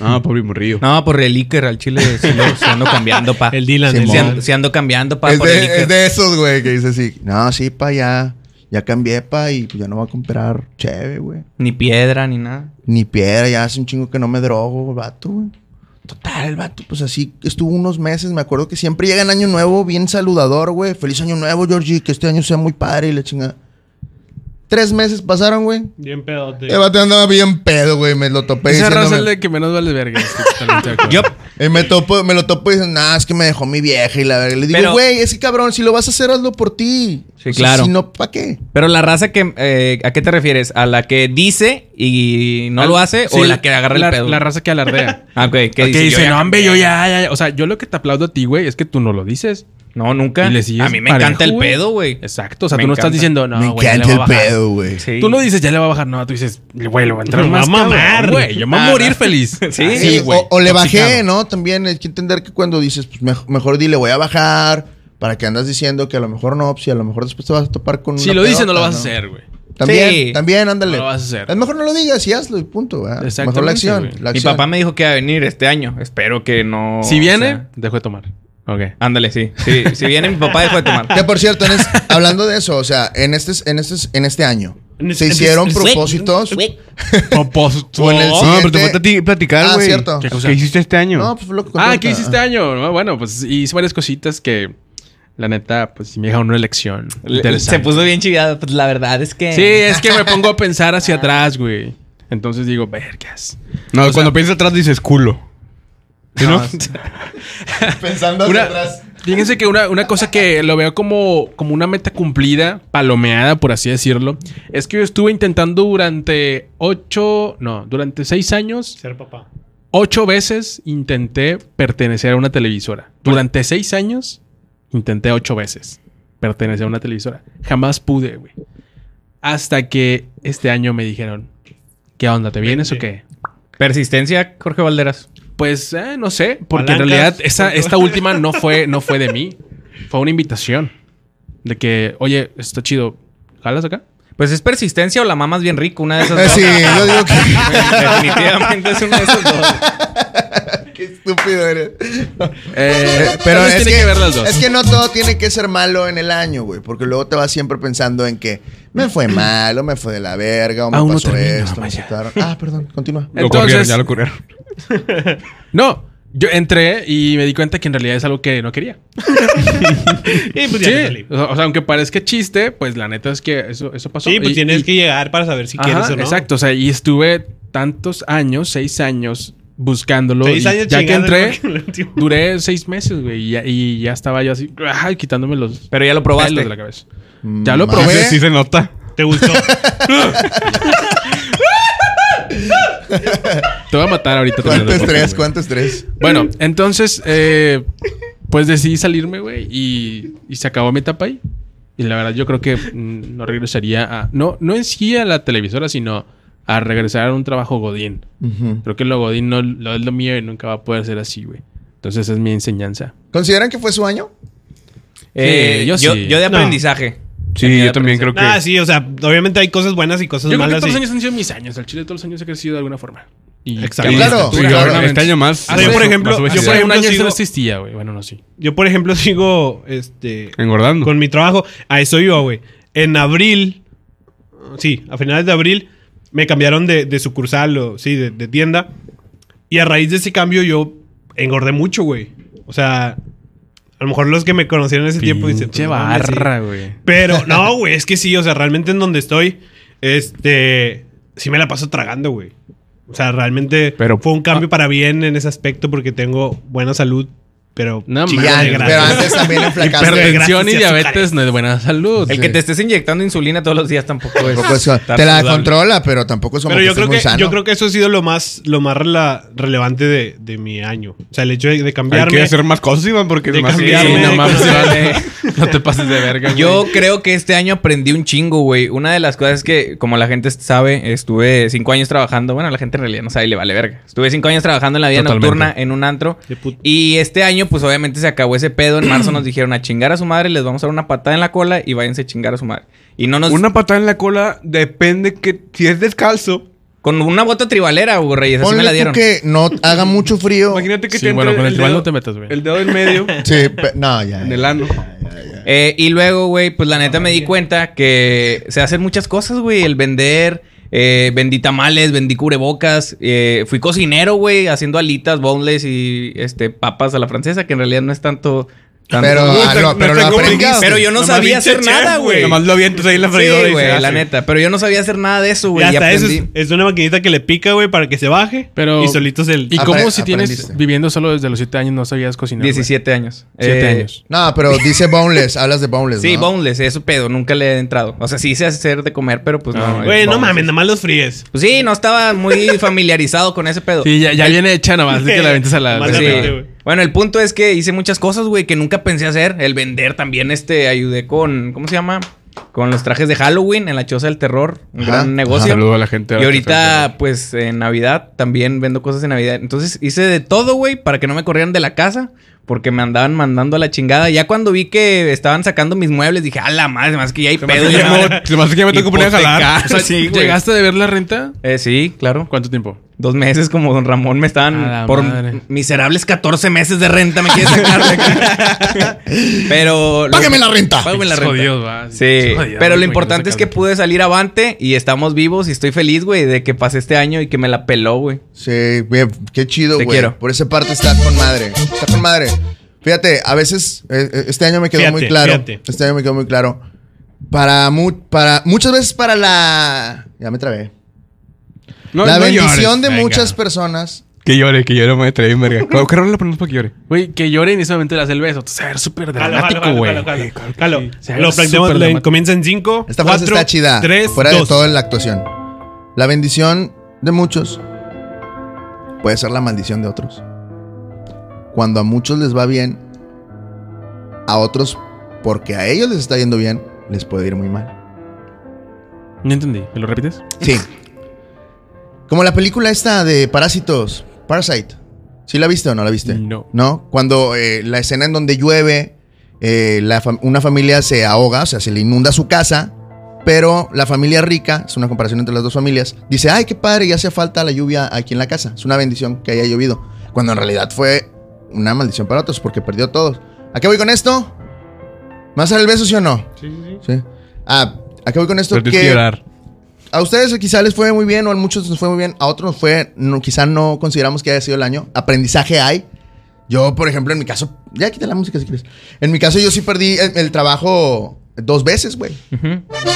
Speaker 4: Ah, pobre morrillo.
Speaker 2: No, por el Iker al chile sí lo- sí ando cambiando, pa.
Speaker 5: El Dylan,
Speaker 1: Simón.
Speaker 5: el
Speaker 2: Sí
Speaker 5: Dylan.
Speaker 2: ando, sí ando cambiando, pa,
Speaker 1: es,
Speaker 2: por el Iker.
Speaker 1: de, es de esos, güey, que dice así. No, sí, pa, ya. Ya cambié, pa, y pues ya no va a comprar chévere, güey.
Speaker 2: Ni piedra, ni nada.
Speaker 1: Ni piedra, ya hace un chingo que no me drogo, el vato, güey. Total, el vato, pues así estuvo unos meses. Me acuerdo que siempre llega en Año Nuevo bien saludador, güey. Feliz Año Nuevo, Georgie, que este año sea muy padre y la chingada. Tres meses pasaron, güey.
Speaker 5: Bien pedote.
Speaker 1: El vato andaba bien pedo, güey. Me lo topé
Speaker 3: Esa raza
Speaker 1: diciéndome-
Speaker 3: es la que menos vale verga. Estoy totalmente de acuerdo.
Speaker 2: Yo,
Speaker 1: Y me, topo, me lo topo y dicen, nah, es que me dejó mi vieja y la verga. Le digo,
Speaker 2: Pero-
Speaker 1: güey, es que cabrón, si lo vas a hacer, hazlo por ti.
Speaker 2: Sí, claro.
Speaker 1: Si no, ¿para qué?
Speaker 2: pero la raza que... eh, ¿A qué te refieres? ¿A la que dice y no lo hace?
Speaker 3: Sí,
Speaker 2: ¿O la que agarra
Speaker 3: la-
Speaker 2: el pedo?
Speaker 3: La raza que alardea.
Speaker 2: Ah, ok. ¿Qué
Speaker 3: Que dice,
Speaker 2: Yo ya
Speaker 3: no, hombre,
Speaker 2: cambié".
Speaker 3: yo ya, ya, ya". O sea, yo lo que te aplaudo a ti, güey, es que tú no lo dices.
Speaker 2: No, nunca.
Speaker 3: Y le sigues
Speaker 2: a mí me
Speaker 3: parejo,
Speaker 2: encanta el
Speaker 3: güey.
Speaker 2: pedo, güey.
Speaker 3: Exacto. O sea,
Speaker 2: Me
Speaker 3: tú no
Speaker 2: encanta.
Speaker 3: estás diciendo,
Speaker 1: me
Speaker 3: no, güey, ya le
Speaker 1: encanta
Speaker 3: va a
Speaker 1: el
Speaker 3: bajar.
Speaker 1: pedo, güey.
Speaker 2: Sí.
Speaker 3: Tú no dices, ya le va a bajar. No, tú dices, güey, le va a entrar
Speaker 5: Me va a
Speaker 3: más. cabrón,
Speaker 5: mamar.
Speaker 3: Güey, yo me voy
Speaker 2: Ah,
Speaker 3: a morir
Speaker 2: no.
Speaker 3: feliz.
Speaker 2: Sí.
Speaker 1: Sí,
Speaker 3: Así, güey.
Speaker 1: o, o le bajé,
Speaker 3: Intoxicado.
Speaker 1: ¿no? También hay que entender que cuando dices, pues mej- mejor di, le voy a bajar, para que andas diciendo que a lo mejor no, pues, si a lo mejor después te vas a topar con.
Speaker 3: Si
Speaker 1: una
Speaker 3: lo dices, no
Speaker 1: pedota,
Speaker 3: lo vas a hacer, güey.
Speaker 1: También,
Speaker 2: Sí.
Speaker 1: también, ándale.
Speaker 3: No lo vas a hacer.
Speaker 1: Es mejor no lo digas y hazlo y punto, ¿verdad? Mejor la
Speaker 3: Exactamente,
Speaker 1: acción.
Speaker 3: güey.
Speaker 1: la
Speaker 2: Mi
Speaker 1: acción.
Speaker 2: papá me dijo que iba a venir este año. Espero que no...
Speaker 3: Si
Speaker 2: o
Speaker 3: viene,
Speaker 2: sea,
Speaker 3: dejo de tomar.
Speaker 1: Ah,
Speaker 3: Ok. Ah,
Speaker 2: ándale, sí. Sí, si viene, mi papá dejó de tomar.
Speaker 1: Que por cierto, en es- hablando de eso, o sea, en este, en este, en este año,
Speaker 5: En este-
Speaker 1: se
Speaker 5: en este-
Speaker 1: hicieron
Speaker 5: en
Speaker 1: propósitos.
Speaker 3: Propósito.
Speaker 1: O Pues, en el
Speaker 4: No,
Speaker 1: siguiente-
Speaker 4: pero te falta a ti
Speaker 1: Ah,
Speaker 4: platicar, güey.
Speaker 1: cierto.
Speaker 4: ¿Qué, hiciste este año?
Speaker 1: No, pues fue lo que conté
Speaker 3: Ah,
Speaker 1: ahorita.
Speaker 3: ¿qué hiciste año? No, Bueno, pues hice varias cositas que la neta, pues sí me dejaron una elección.
Speaker 2: Le-
Speaker 3: interesante.
Speaker 2: Se puso bien chillado. Pues la verdad es que.
Speaker 3: Sí, es que me pongo a pensar hacia atrás, güey. Entonces digo, vergas.
Speaker 4: No, cuando piensas atrás dices culo. ¿Sí, no?
Speaker 1: Pensando hacia
Speaker 3: Una-
Speaker 1: atrás.
Speaker 3: Fíjense que una, una cosa que lo veo como, como una meta cumplida, palomeada, por así decirlo, es que yo estuve intentando durante ocho, no, durante seis años,
Speaker 5: Ser papá.
Speaker 3: ocho veces intenté pertenecer a una televisora. Durante seis años, intenté ocho veces pertenecer a una televisora. Jamás pude, güey. Hasta que este año me dijeron, ¿qué onda? ¿Te vienes o qué?
Speaker 2: Persistencia, Jorge Valderas.
Speaker 3: Pues eh, no sé, porque
Speaker 5: Palancas.
Speaker 3: en realidad esa, esta última no fue, no fue de mí, fue una invitación de que, oye, está chido, ¿jalas acá?
Speaker 2: Pues es persistencia o la mamas bien rico, una de esas
Speaker 1: Eh,
Speaker 2: dos.
Speaker 1: Sí, yo digo que.
Speaker 2: Definitivamente es una de esas dos.
Speaker 1: Qué estúpido eres.
Speaker 3: Eh,
Speaker 1: Pero
Speaker 3: entonces
Speaker 1: es
Speaker 3: tiene
Speaker 1: que,
Speaker 3: que ver las dos.
Speaker 1: es que no todo tiene que ser malo en el año, güey. Porque luego te vas siempre pensando en que me fue mal, o me fue de la verga, o me
Speaker 3: Aún no
Speaker 1: pasó
Speaker 3: termino,
Speaker 1: esto. me
Speaker 3: vaya.
Speaker 1: quitaron- ah, perdón, continúa.
Speaker 4: Lo corrieron,
Speaker 3: Entonces-
Speaker 4: ya lo corrieron.
Speaker 3: No, yo entré y me di cuenta que en realidad es algo que no quería.
Speaker 5: Y pues ya
Speaker 3: Sí,
Speaker 5: te salí.
Speaker 3: o sea, o sea, aunque parezca chiste, pues la neta es que eso, eso pasó.
Speaker 5: Sí, pues
Speaker 3: Y-
Speaker 5: tienes
Speaker 3: y-
Speaker 5: que llegar para saber si
Speaker 3: Ajá,
Speaker 5: quieres o no.
Speaker 3: Exacto, o sea, y estuve tantos años, seis años buscándolo.
Speaker 5: Seis
Speaker 3: y
Speaker 5: años
Speaker 3: ya que
Speaker 5: chingando,
Speaker 3: entré,
Speaker 5: el último.
Speaker 3: duré seis meses, güey, y ya, y ya estaba yo así, ay, quitándome los
Speaker 2: Pero ya lo
Speaker 3: pelos de la
Speaker 2: probaste.
Speaker 3: cabeza. Ya lo
Speaker 1: Más-
Speaker 3: probé.
Speaker 4: Sí, sí se nota.
Speaker 5: ¿Te gustó?
Speaker 3: Te voy a matar ahorita.
Speaker 1: ¿Cuánto
Speaker 3: terminando el
Speaker 1: estrés?
Speaker 3: podcast, güey.
Speaker 1: ¿Cuánto estrés?
Speaker 3: Bueno, entonces, eh, pues decidí salirme, güey, y, y se acabó mi etapa ahí. Y la verdad, yo creo que mm, no regresaría a. No, no en sí a la televisora, sino a regresar a un trabajo Godín.
Speaker 1: Ujú.
Speaker 3: Creo que lo Godín no lo es lo mío y nunca va a poder ser así, güey. Entonces, esa es mi enseñanza.
Speaker 1: ¿Consideran que fue su año?
Speaker 2: Eh,
Speaker 3: Sí,
Speaker 2: yo, yo,
Speaker 3: yo sí.
Speaker 2: de
Speaker 5: No.
Speaker 2: aprendizaje.
Speaker 4: Sí, yo también creo que.
Speaker 5: Ah, sí, o sea, obviamente hay cosas buenas y cosas
Speaker 3: Yo creo que
Speaker 5: malas.
Speaker 3: todos los
Speaker 5: y-
Speaker 3: años han sido mis años. Al chile, todos los años he crecido de alguna forma. Y
Speaker 5: Exacto.
Speaker 3: cabrón,
Speaker 1: Claro,
Speaker 3: estatura,
Speaker 1: claro.
Speaker 3: cabrón.
Speaker 4: Este año más.
Speaker 5: Ah, yo,
Speaker 4: más-
Speaker 5: por ejemplo,
Speaker 4: más
Speaker 5: yo,
Speaker 3: Yo,
Speaker 4: obesidad.
Speaker 3: por un
Speaker 5: ejemplo,
Speaker 3: año esto
Speaker 5: sigo-
Speaker 3: no existía, güey. Bueno, no, sí.
Speaker 5: Yo, por ejemplo, sigo este,
Speaker 4: Engordando.
Speaker 5: con mi trabajo. A eso iba, güey. En abril, sí, a finales de abril, me cambiaron de, de sucursal o sí, de, de tienda. Y a raíz de ese cambio, yo engordé mucho, güey. O sea, a lo mejor los que me conocieron en ese tiempo dicen.
Speaker 3: Pinche
Speaker 5: "Pues, no mames, sí".
Speaker 3: barra, güey.
Speaker 5: Pero no, güey, es que sí, o sea, realmente en donde estoy, este, sí me la paso tragando, güey. O sea, realmente
Speaker 4: Pero- ah.
Speaker 5: fue un cambio para bien en ese aspecto porque tengo buena salud, pero
Speaker 3: No
Speaker 5: chingo
Speaker 1: Y
Speaker 5: de
Speaker 3: mames,
Speaker 1: antes,
Speaker 5: grasa.
Speaker 1: pero antes también enflacaste.
Speaker 5: Hipertensión.
Speaker 3: Tensión y
Speaker 5: Gracias,
Speaker 3: diabetes
Speaker 5: azúcares.
Speaker 3: no es buena salud.
Speaker 2: El
Speaker 3: Sí.
Speaker 2: que te estés inyectando insulina todos los días tampoco es.
Speaker 1: Tampoco es-
Speaker 2: estar
Speaker 1: Pues, te la
Speaker 2: saludable.
Speaker 1: controla, pero tampoco es como
Speaker 5: Pero
Speaker 1: que
Speaker 5: yo
Speaker 1: estés
Speaker 5: creo
Speaker 1: muy
Speaker 5: que
Speaker 1: sano.
Speaker 5: yo creo que eso ha sido lo más lo más rela- relevante de, de mi año. O sea, el hecho de, de
Speaker 4: Hay que
Speaker 5: cambiarme.
Speaker 4: hacer más cosas, Iván, porque
Speaker 5: De
Speaker 4: más
Speaker 3: Sí,
Speaker 5: cambiarme.
Speaker 3: no
Speaker 5: de
Speaker 3: mames,
Speaker 5: conocer.
Speaker 3: vale. No te pases de verga, güey.
Speaker 2: Yo creo que este año aprendí un chingo, güey. Una de las cosas es que, como la gente sabe, estuve cinco años trabajando. Bueno, la gente en realidad no sabe y le vale verga. Estuve cinco años trabajando en la vida
Speaker 3: Totalmente.
Speaker 2: nocturna en un antro.
Speaker 5: De put-
Speaker 2: Y este año, pues obviamente se acabó ese pedo. En marzo nos dijeron a chingar a su madre, les vamos a dar una patada en la cola y váyanse a chingar a su madre. Y no nos.
Speaker 4: Una patada en la cola depende que si es descalzo.
Speaker 2: Con una bota tribalera, güey, Reyes. Así me
Speaker 1: Ponle
Speaker 2: la
Speaker 1: tú
Speaker 2: dieron.
Speaker 1: que no haga mucho frío.
Speaker 4: Imagínate que
Speaker 3: Sí,
Speaker 4: te
Speaker 3: bueno,
Speaker 4: entre
Speaker 3: con el
Speaker 4: el
Speaker 3: tribal
Speaker 4: dedo-
Speaker 3: no te metas, güey.
Speaker 4: El dedo del medio
Speaker 1: Sí, pe- no, ya.
Speaker 4: en el ano.
Speaker 2: Eh, y luego, güey, pues la neta me di cuenta que se hacen muchas cosas, güey. El vender, eh, vendí tamales, vendí cubrebocas. eh, fui cocinero, güey, haciendo alitas, boneless y este papas a la francesa, que en realidad no es tanto. tanto-
Speaker 1: Pero,
Speaker 4: Uy,
Speaker 1: ah, lo-
Speaker 4: me
Speaker 1: pero lo
Speaker 4: tengo
Speaker 1: aprendiste.
Speaker 4: brinqueado.
Speaker 2: Pero yo no
Speaker 4: Nomás
Speaker 2: sabía
Speaker 4: pinche
Speaker 2: hacer
Speaker 4: chef,
Speaker 2: nada, güey.
Speaker 4: Nomás lo avientas ahí en la
Speaker 2: Sí,
Speaker 4: freidora y
Speaker 2: güey,
Speaker 4: se
Speaker 2: la
Speaker 4: hace.
Speaker 2: neta. Pero yo no sabía hacer nada de eso,
Speaker 5: y
Speaker 2: güey. Y
Speaker 5: hasta eso
Speaker 2: aprendí.
Speaker 5: es, es una maquinita que le pica, güey, para que se baje.
Speaker 3: Pero-
Speaker 5: y solitos el.
Speaker 3: ¿Y
Speaker 1: Apre-
Speaker 3: cómo si tienes
Speaker 1: aprendiste.
Speaker 3: viviendo solo desde los 7 años no sabías cocinar? güey?
Speaker 2: 17 años.
Speaker 3: Siete
Speaker 2: Eh,
Speaker 3: años.
Speaker 1: No, pero dice boneless, hablas de boneless,
Speaker 2: Sí,
Speaker 1: ¿no?
Speaker 2: boneless, eso pedo, nunca le he entrado. O sea, sí sé hacer de comer, pero pues
Speaker 3: Ah,
Speaker 2: no.
Speaker 5: Güey, no
Speaker 2: boneless.
Speaker 5: mames, nada más los fríes.
Speaker 2: Pues sí, no estaba muy familiarizado con ese pedo.
Speaker 3: Sí, ya, ya viene hecha nomás de que la aventas a la...
Speaker 5: Más
Speaker 2: Sí.
Speaker 5: Ándale, güey.
Speaker 2: Bueno, el punto es que hice muchas cosas, güey, que nunca pensé hacer. El vender también, este, ayudé con, ¿cómo se llama? Con los trajes de Halloween en la Choza del Terror. Un
Speaker 1: Ajá.
Speaker 2: gran negocio.
Speaker 4: Saludo a la gente.
Speaker 2: y ahorita, pues, en Navidad también vendo cosas de Navidad. Entonces hice de todo, güey, para que no me corrieran de la casa. Porque me andaban mandando a la chingada. Ya cuando vi que estaban sacando mis muebles, dije, a la madre, más que ya hay pedo. ya me van a-
Speaker 4: Se me hace que ya me tengo que poner a jalar.
Speaker 3: O sea,
Speaker 2: Sí, güey.
Speaker 3: ¿Llegaste de ver la renta?
Speaker 2: Eh, sí, claro.
Speaker 3: ¿Cuánto tiempo?
Speaker 2: Dos meses como Don Ramón me
Speaker 3: A la
Speaker 2: estaban por
Speaker 3: madre.
Speaker 2: miserables 14 meses de renta me quiere sacar de acá. Pero lo-
Speaker 1: Págame la renta.
Speaker 2: Págame la renta.
Speaker 3: Jodidos, va.
Speaker 2: Sí,
Speaker 3: Jodidos,
Speaker 2: pero lo
Speaker 3: güey,
Speaker 2: importante es que
Speaker 3: sacarlo.
Speaker 2: pude salir avante y estamos vivos y estoy feliz, güey, de que pasé este año y que me la peló, güey.
Speaker 1: Sí, güey, qué chido,
Speaker 2: Te
Speaker 1: güey.
Speaker 2: quiero.
Speaker 1: Por esa parte está con madre. Está con madre. Fíjate, a veces, eh, eh, este año me quedó
Speaker 5: Fíjate,
Speaker 1: muy claro.
Speaker 5: fíjate.
Speaker 1: Este año me quedó muy claro. Para, mu- para, muchas veces para la. Ya me trabé.
Speaker 3: No,
Speaker 1: la
Speaker 3: no
Speaker 1: bendición
Speaker 3: llores.
Speaker 1: de
Speaker 3: Venga.
Speaker 1: muchas personas.
Speaker 4: Que llore, que llore, me trae verga. ¿Cuál- ¿Qué rola le ponemos para que llore?
Speaker 3: Güey, que lloren y solamente le hace el beso. Ser súper
Speaker 5: Jalo,
Speaker 3: dramático,
Speaker 5: jalo,
Speaker 3: güey.
Speaker 5: jalo, jalo, jalo, jalo.
Speaker 3: Sí, se
Speaker 5: Lo
Speaker 3: haga
Speaker 5: practicamos.
Speaker 3: súper
Speaker 5: le-
Speaker 3: dramático.
Speaker 5: Comienza en 5.
Speaker 1: Esta frase está chida.
Speaker 5: 3,
Speaker 1: fuera
Speaker 5: 2.
Speaker 1: de todo en la actuación. La bendición de muchos puede ser la maldición de otros. Cuando a muchos les va bien, a otros, porque a ellos les está yendo bien, les puede ir muy mal.
Speaker 3: No entendí. ¿Me lo repites?
Speaker 1: Sí. Como la película esta de Parásitos, Parasite. ¿Sí la viste o no la viste?
Speaker 3: No.
Speaker 1: ¿No? Cuando eh, la escena en donde llueve, eh, la fam- una familia se ahoga, o sea, se le inunda su casa, pero la familia rica, es una comparación entre las dos familias, dice, ay, qué padre, ya hacía falta la lluvia aquí en la casa. Es una bendición que haya llovido. Cuando en realidad fue una maldición para otros porque perdió todos. ¿A qué voy con esto? ¿Me vas a dar el beso, sí o no? Sí, sí, sí. Ah, ¿a qué voy con esto?
Speaker 4: Pero tienes que llorar.
Speaker 1: A ustedes quizá les fue muy bien, o a muchos nos fue muy bien, a otros nos fue, no, quizá no consideramos que haya sido el año. Aprendizaje hay. Yo, por ejemplo, en mi caso, ya quita la música si quieres. En mi caso, yo sí perdí el, el trabajo dos veces, güey.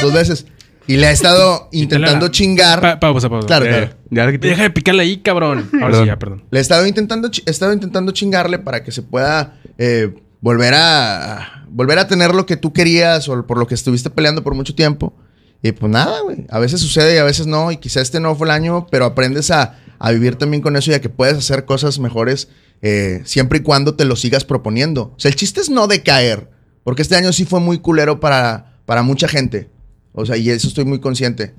Speaker 1: Dos veces. Y le he estado intentando chingar.
Speaker 3: Pa pausa, pausa.
Speaker 1: Claro,
Speaker 3: Eh,
Speaker 1: claro.
Speaker 4: Ya, que
Speaker 3: Deja de picarle ahí, cabrón. Ahora
Speaker 4: Perdón.
Speaker 3: sí, ya, perdón.
Speaker 1: Le he estado intentando, chi- he estado intentando chingarle para que se pueda eh, volver a volver a tener lo que tú querías o por lo que estuviste peleando por mucho tiempo. Y pues nada, güey. A veces sucede y a veces no. Y quizá este no fue el año, pero aprendes a, a vivir también con eso y a que puedes hacer cosas mejores eh, siempre y cuando te lo sigas proponiendo. O sea, el chiste es no decaer. Porque este año sí fue muy culero para, para mucha gente. O sea, y eso estoy muy consciente.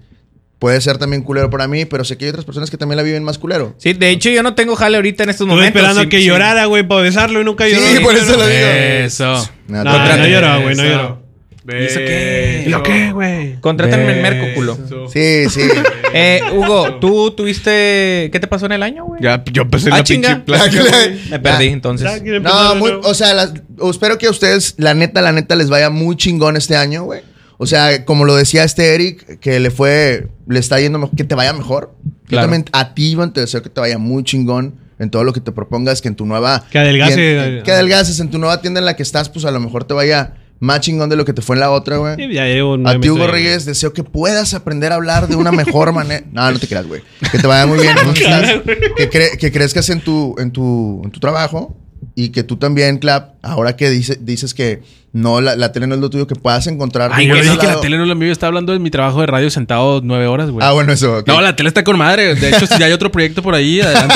Speaker 1: Puede ser también culero para mí, pero sé que hay otras personas que también la viven más culero.
Speaker 2: Sí, de hecho yo no tengo jale ahorita en estos
Speaker 5: Estuve
Speaker 2: momentos.
Speaker 5: esperando
Speaker 2: Sí,
Speaker 5: que
Speaker 2: sí.
Speaker 5: llorara, Ah, güey, para besarlo y nunca
Speaker 1: Sí,
Speaker 5: lloró. Ah,
Speaker 1: por eso lo digo. eh.
Speaker 3: Eso.
Speaker 1: No,
Speaker 5: No,
Speaker 1: contra-
Speaker 5: no lloró, güey, no
Speaker 3: Eso.
Speaker 5: lloró.
Speaker 3: ¿Y eso qué?
Speaker 5: ¿Y lo qué, güey?
Speaker 2: Contrátenme en Mercúculo.
Speaker 1: Sí, sí.
Speaker 2: Eh, Hugo, tú tuviste. ¿Qué te pasó en el año, güey?
Speaker 4: Ya, yo empecé en
Speaker 2: Ah,
Speaker 4: la pinche
Speaker 2: chinga.
Speaker 4: plática.
Speaker 2: Me perdí,
Speaker 5: Ah,
Speaker 2: entonces.
Speaker 1: No, muy- o sea, las- espero que a ustedes, la neta, la neta, les vaya muy chingón este año, güey. O sea, como lo decía este Eric, que le fue, le está yendo mejor, que te vaya mejor. Yo
Speaker 2: Claro.
Speaker 1: también a ti, Iván, te deseo que te vaya muy chingón en todo lo que te propongas, que en tu nueva...
Speaker 5: Que adelgace.
Speaker 1: tien- que adelgaces, en tu nueva tienda en la que estás, pues a lo mejor te vaya más chingón de lo que te fue en la otra, güey.
Speaker 5: Sí, ya llevo
Speaker 1: A
Speaker 5: nueve
Speaker 1: ti, Hugo
Speaker 5: meses.
Speaker 1: Reyes, deseo que puedas aprender a hablar de una mejor manera. No, no te creas, güey. Que te vaya muy bien. ¿no? Estás- que, cre- que crezcas en tu, en, tu, en tu trabajo y que tú también, Clap, ahora que dice- dices que no, la, la tele no es lo tuyo, que puedas encontrar.
Speaker 3: Ay,
Speaker 1: tu
Speaker 3: yo le
Speaker 1: otro
Speaker 3: dije que la
Speaker 1: lado.
Speaker 3: tele no es lo mío. Estaba hablando de mi trabajo de radio sentado nueve horas, güey.
Speaker 1: Ah, bueno, eso. ok.
Speaker 3: No, la tele está con madre. De hecho, si hay otro proyecto por ahí, adelante.